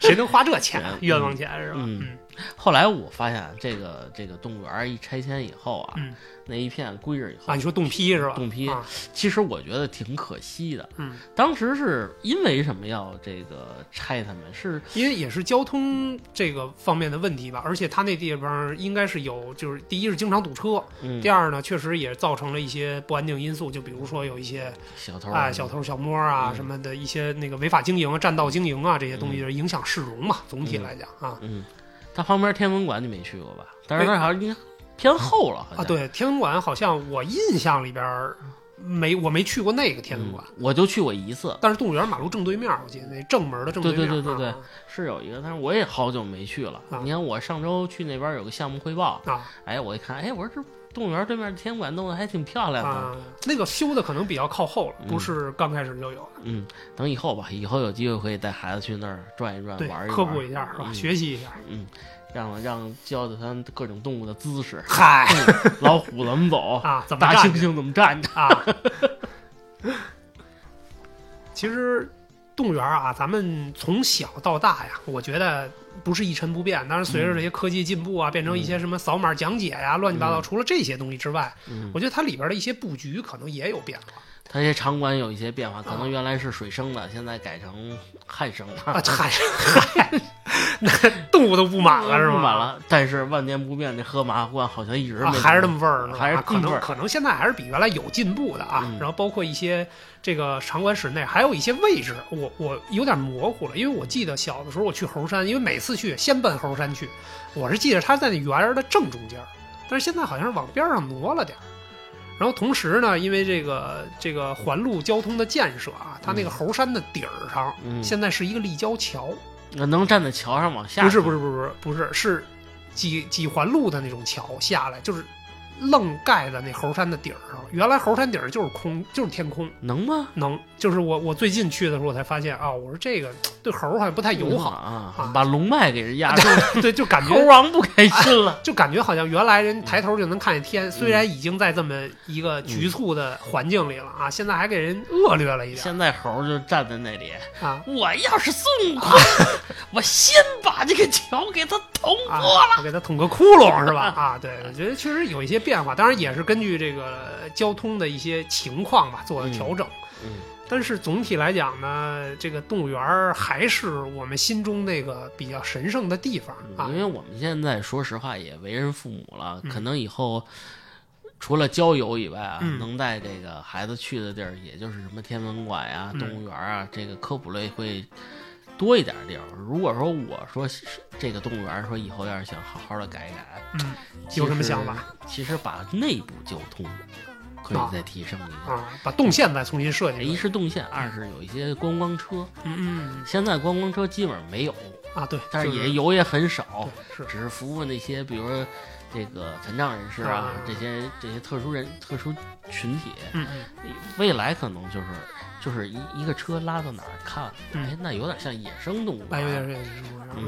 Speaker 2: 谁能花这钱啊
Speaker 1: 嗯？
Speaker 2: 冤枉钱是吧？
Speaker 1: 嗯
Speaker 2: 嗯
Speaker 1: 后来我发现这个这个动物园儿一拆迁以后啊，
Speaker 2: 嗯
Speaker 1: 那一片归置以后
Speaker 2: 啊，，你说冻批是吧？
Speaker 1: 冻批
Speaker 2: 啊
Speaker 1: 其实我觉得挺可惜的。
Speaker 2: 嗯，
Speaker 1: 当时是因为什么要这个拆他们？是
Speaker 2: 因为也是交通这个方面的问题吧，而且他那地方应该是有，就是第一是经常堵车，
Speaker 1: 嗯
Speaker 2: 第二呢，确实也造成了一些不安定因素，就比如说有一些
Speaker 1: 小偷
Speaker 2: 啊、小偷小摸啊、
Speaker 1: 嗯
Speaker 2: 什么的一些那个违法经营啊、占道经营啊这些东西，
Speaker 1: 嗯
Speaker 2: 就是影响市容嘛，总体来讲啊。
Speaker 1: 嗯，他旁边天文馆你没去过吧？但是那好像应该偏后了，好像嗯
Speaker 2: 啊，对，天文馆好像我印象里边儿没我没去过那个天文馆，
Speaker 1: 嗯我就去过一次，
Speaker 2: 但是动物园马路正对面，我记得那正门的正面。
Speaker 1: 对对对对
Speaker 2: 啊
Speaker 1: 是有一个，但是我也好久没去了。
Speaker 2: 啊
Speaker 1: 你看我上周去那边有个项目汇报，
Speaker 2: 啊
Speaker 1: 哎，我一看，哎，我说这动物园对面的天文馆弄得还挺漂亮的。
Speaker 2: 啊，那个修的可能比较靠后了，
Speaker 1: 嗯
Speaker 2: 不是刚开始就有，
Speaker 1: 嗯，等以后吧，以后有机会可以带孩子去那儿转一转，
Speaker 2: 对
Speaker 1: 啊玩，一玩，
Speaker 2: 科普一下是吧？
Speaker 1: 嗯
Speaker 2: 学习一下。
Speaker 1: 嗯，让让教教他各种动物的姿势，
Speaker 2: 嗨
Speaker 1: 老虎怎么走，
Speaker 2: 啊，怎么
Speaker 1: 大
Speaker 2: 干
Speaker 1: 猩猩怎么站着，
Speaker 2: 啊？ 其实动物园啊，咱们从小到大呀，我觉得不是一成不变。当然，随着这些科技进步啊，变成一些什么扫码讲解呀、乱七八糟，除了这些东西之外，
Speaker 1: 嗯，
Speaker 2: 我觉得它里边的一些布局可能也有变化。
Speaker 1: 它这场馆有一些变化，可能原来是水生的，现在改成旱生
Speaker 2: 啊
Speaker 1: 了，，
Speaker 2: 嗨嗨，那 动物都不满了是吗？
Speaker 1: 不满。了。但是万年不变这喝马罐好像一直
Speaker 2: 啊，
Speaker 1: 没
Speaker 2: 还是那么味儿呢，
Speaker 1: 还是
Speaker 2: 啊可
Speaker 1: 那么味
Speaker 2: 能
Speaker 1: 儿
Speaker 2: 可能现在还是比原来有进步的啊。
Speaker 1: 嗯
Speaker 2: 然后包括一些这个场馆室内还有一些位置，我我有点模糊了，因为我记得小的时候我去猴山，因为每次去先奔猴山去，我是记得它在那园儿的正中间儿，但是现在好像是往边上挪了点儿。然后同时呢，因为这个这个环路交通的建设啊，它那
Speaker 1: 嗯
Speaker 2: 个猴山的顶儿上、
Speaker 1: 嗯，
Speaker 2: 现在是一个立交桥，
Speaker 1: 那能站在桥上往下？
Speaker 2: 不是不是，不是不是是几几环路的那种桥下来，就是愣盖在那猴山的顶儿上了。原来猴山顶儿就是空，就是天空，
Speaker 1: 能吗？
Speaker 2: 能就是我我最近去的时候我才发现啊，我说这个对猴儿好像不太友好，
Speaker 1: 啊
Speaker 2: 啊，
Speaker 1: 把龙脉给人压住，
Speaker 2: 对，就感
Speaker 1: 嗯猴
Speaker 2: 觉。
Speaker 1: 王不开心 了。
Speaker 2: 就感觉好像原来人抬头就能看见天，虽然已经在这么一个局促的环境里了啊，现在还给人恶劣了一点
Speaker 1: 现在猴就站在那里，
Speaker 2: 啊
Speaker 1: 我要是孙悟 空，我先把这个桥给他捅
Speaker 2: 啊
Speaker 1: 破了。！
Speaker 2: 我给他捅个窟窿是吧？啊，对，我觉得确实有一些变化，当然也是根据这个交通的一些情况吧做的调整。
Speaker 1: 嗯
Speaker 2: 但是总体来讲呢，这个动物园儿还是我们心中那个比较神圣的地方啊
Speaker 1: 因。为我们现在说实话也为人父母了，
Speaker 2: 嗯
Speaker 1: 可能以后除了郊游以外啊，
Speaker 2: 嗯
Speaker 1: 能带这个孩子去的地儿，也就是什么天文馆呀、
Speaker 2: 嗯
Speaker 1: 动物园啊，这个科普类会多一点地儿。如果说我说是这个动物园，说以后要是想好好的改一改，
Speaker 2: 嗯
Speaker 1: 其实
Speaker 2: 有什么想法？
Speaker 1: 其实把内部交通可以再提升一下。
Speaker 2: 啊，把动线再重新设计
Speaker 1: 一
Speaker 2: 一下。
Speaker 1: 是动线，二是有一些观光车。
Speaker 2: 嗯嗯
Speaker 1: 现在观光车基本上没有，
Speaker 2: 啊，对，
Speaker 1: 但是
Speaker 2: 就
Speaker 1: 也有也很少。
Speaker 2: 是
Speaker 1: 只是服务那些，比如说这个残障人士啊
Speaker 2: 啊，
Speaker 1: 这些这些特殊人特殊群体，
Speaker 2: 嗯嗯
Speaker 1: 未来可能就是就是一一个车拉到哪儿看，
Speaker 2: 嗯
Speaker 1: 哎，那有点像野生动物园。
Speaker 2: 哎，有点这个什么样
Speaker 1: 嗯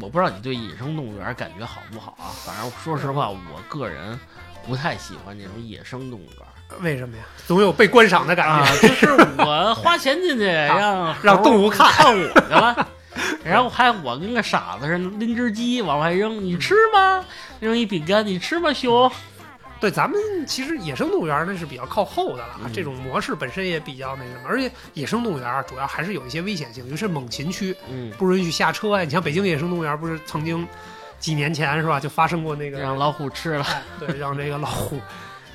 Speaker 1: 我不知道你对野生动物园感觉好不好啊？反正说实话，我个人不太喜欢这种野生动物园。
Speaker 2: 为什么呀？总有被观赏的感
Speaker 1: 啊
Speaker 2: 觉。，
Speaker 1: 就是我花钱进去，让
Speaker 2: 啊让
Speaker 1: 猴
Speaker 2: 动物看
Speaker 1: 看我去了，然后还我跟个傻子似的拎只鸡往外扔，你吃吗？扔一饼干，你吃吗，熊？
Speaker 2: 对，咱们其实野生动物园儿那是比较靠后的了啊，
Speaker 1: 嗯
Speaker 2: 这种模式本身也比较那什么，而且野生动物园儿啊主要还是有一些危险性，尤其是猛禽区
Speaker 1: 嗯，
Speaker 2: 不允许下车啊。你像北京野生动物园儿不是曾经几年前是吧，就发生过那个
Speaker 1: 嗯让老虎吃了。
Speaker 2: 哎对让这个老虎，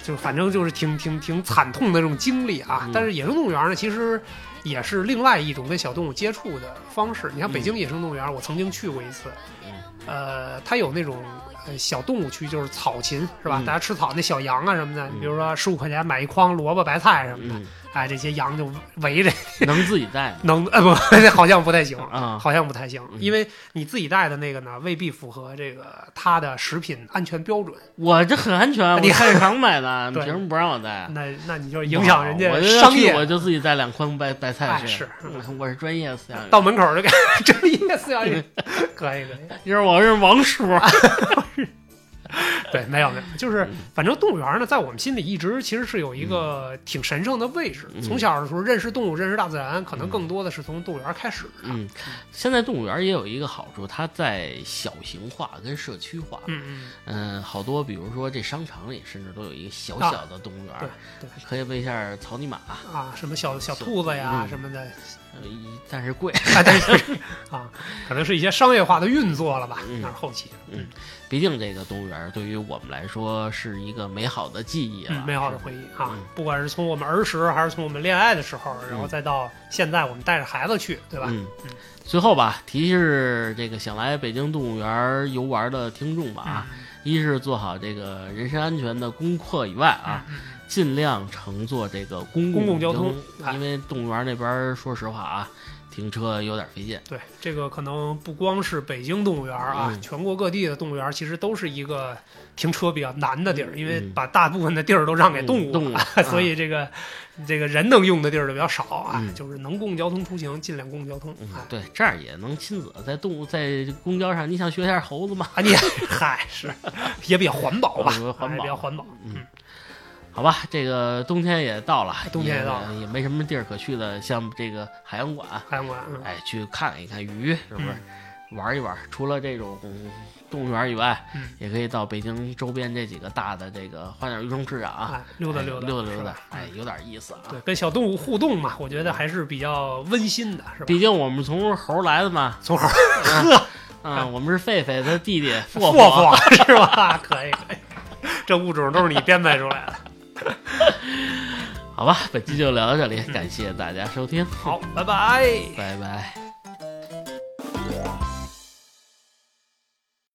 Speaker 2: 就反正就是挺挺挺惨痛的这种经历啊。
Speaker 1: 嗯
Speaker 2: 但是野生动物园儿呢，其实也是另外一种跟小动物接触的方式。你像北京野生动物园儿，我曾经去过一次，
Speaker 1: 嗯
Speaker 2: 呃，它有那种呃小动物区，就是草禽是吧？
Speaker 1: 嗯
Speaker 2: 大家吃草那小羊啊什么的，
Speaker 1: 嗯
Speaker 2: 比如说十五块钱买一筐萝卜白菜什么的，
Speaker 1: 嗯
Speaker 2: 哎，这些羊就围着
Speaker 1: 能自己带吗？
Speaker 2: 能，呃，不， 好像不太行，
Speaker 1: 啊，
Speaker 2: 好像不太行，
Speaker 1: 嗯
Speaker 2: 因为你自己带的那个呢，未必符合这个它的食品安全标准，
Speaker 1: 我这很安全，我
Speaker 2: 你
Speaker 1: 菜市场买的，你
Speaker 2: 对
Speaker 1: 凭什么不让我带？
Speaker 2: 那那你就 影响人
Speaker 1: 哇啊我
Speaker 2: 家
Speaker 1: 就要
Speaker 2: 商
Speaker 1: 去
Speaker 2: 业
Speaker 1: 我就自己带两筐白白菜去。
Speaker 2: 哎是
Speaker 1: 嗯我是专业饲养员。
Speaker 2: 到门口就给这一个饲养员，可以可以，
Speaker 1: 你说我是王叔，
Speaker 2: 啊对，没有没有，就是
Speaker 1: 嗯
Speaker 2: 反正动物园呢，在我们心里一直其实是有一个挺神圣的位置。
Speaker 1: 嗯
Speaker 2: 从小的时候认识动物、认识大自然，可能更多的是从动物园开始的。
Speaker 1: 嗯，现在动物园也有一个好处，它在小型化跟社区化。
Speaker 2: 嗯嗯，
Speaker 1: 嗯、好多比如说这商场里甚至都有一个小
Speaker 2: 啊
Speaker 1: 小的动物园，
Speaker 2: 对对
Speaker 1: 可以喂一下草泥马，
Speaker 2: 啊，什么小小兔子呀
Speaker 1: 嗯
Speaker 2: 什么的，
Speaker 1: 呃一但是贵。
Speaker 2: 啊，但是啊，可能是一些商业化的运作了吧，
Speaker 1: 嗯
Speaker 2: 那是后期。
Speaker 1: 毕竟这个动物园对于我们来说是一个美好的记忆了，
Speaker 2: 嗯，美好的
Speaker 1: 是吧
Speaker 2: 回忆啊
Speaker 1: 嗯！
Speaker 2: 不管是从我们儿时，还是从我们恋爱的时候，然后
Speaker 1: 嗯
Speaker 2: 再到现在，我们带着孩子去，对吧？
Speaker 1: 嗯，最后吧，提示这个想来北京动物园游玩的听众吧啊，
Speaker 2: 嗯
Speaker 1: 一是做好这个人身安全的功课以外啊，尽量乘坐这个公
Speaker 2: 嗯公共交
Speaker 1: 交
Speaker 2: 通哎
Speaker 1: 因为动物园那边儿说实话啊，停车有点费劲。
Speaker 2: 对，这个可能不光是北京动物园啊，
Speaker 1: 嗯
Speaker 2: 全国各地的动物园其实都是一个停车比较难的地儿，因为
Speaker 1: 嗯
Speaker 2: 把大部分的地儿都让给动
Speaker 1: 嗯
Speaker 2: 物了，
Speaker 1: 动物
Speaker 2: 所以这个、这个人能用的地儿就比较少啊。
Speaker 1: 嗯
Speaker 2: 就是能公共交通出行，尽量公共交通。
Speaker 1: 嗯
Speaker 2: 哎，
Speaker 1: 对，这样也能亲子在动物在公交上，你想学一下猴子吗？
Speaker 2: 啊，你嗨是 也比较环保吧
Speaker 1: 我觉得，环
Speaker 2: 哎
Speaker 1: 保
Speaker 2: 比较环保。
Speaker 1: 嗯好吧，这个冬天也到了，
Speaker 2: 哎冬天也到了
Speaker 1: 也没什么地儿可去的，像这个海洋馆，
Speaker 2: 海洋馆，嗯
Speaker 1: 哎，去看一看鱼，是不是？玩一玩。除了这种动物园以外，
Speaker 2: 嗯
Speaker 1: 也可以到北京周边这几个大的这个花鸟鱼虫市场啊，
Speaker 2: 哎，溜达
Speaker 1: 哎
Speaker 2: 溜达，
Speaker 1: 溜
Speaker 2: 是
Speaker 1: 达溜达
Speaker 2: 吧，嗯
Speaker 1: 哎，有点意思啊。
Speaker 2: 对，跟小动物互动嘛，我觉得还是比较温馨的，是吧？
Speaker 1: 毕竟我们从猴来的嘛，
Speaker 2: 从猴
Speaker 1: 呵，嗯，我们是狒狒他弟弟
Speaker 2: 霍
Speaker 1: 霍霍。
Speaker 2: 霍 是吧？可以，可以，这物种都是你编排出来的。
Speaker 1: 好吧，本期就聊到这里，感谢大家收听，
Speaker 2: 好，拜拜。
Speaker 1: 拜拜。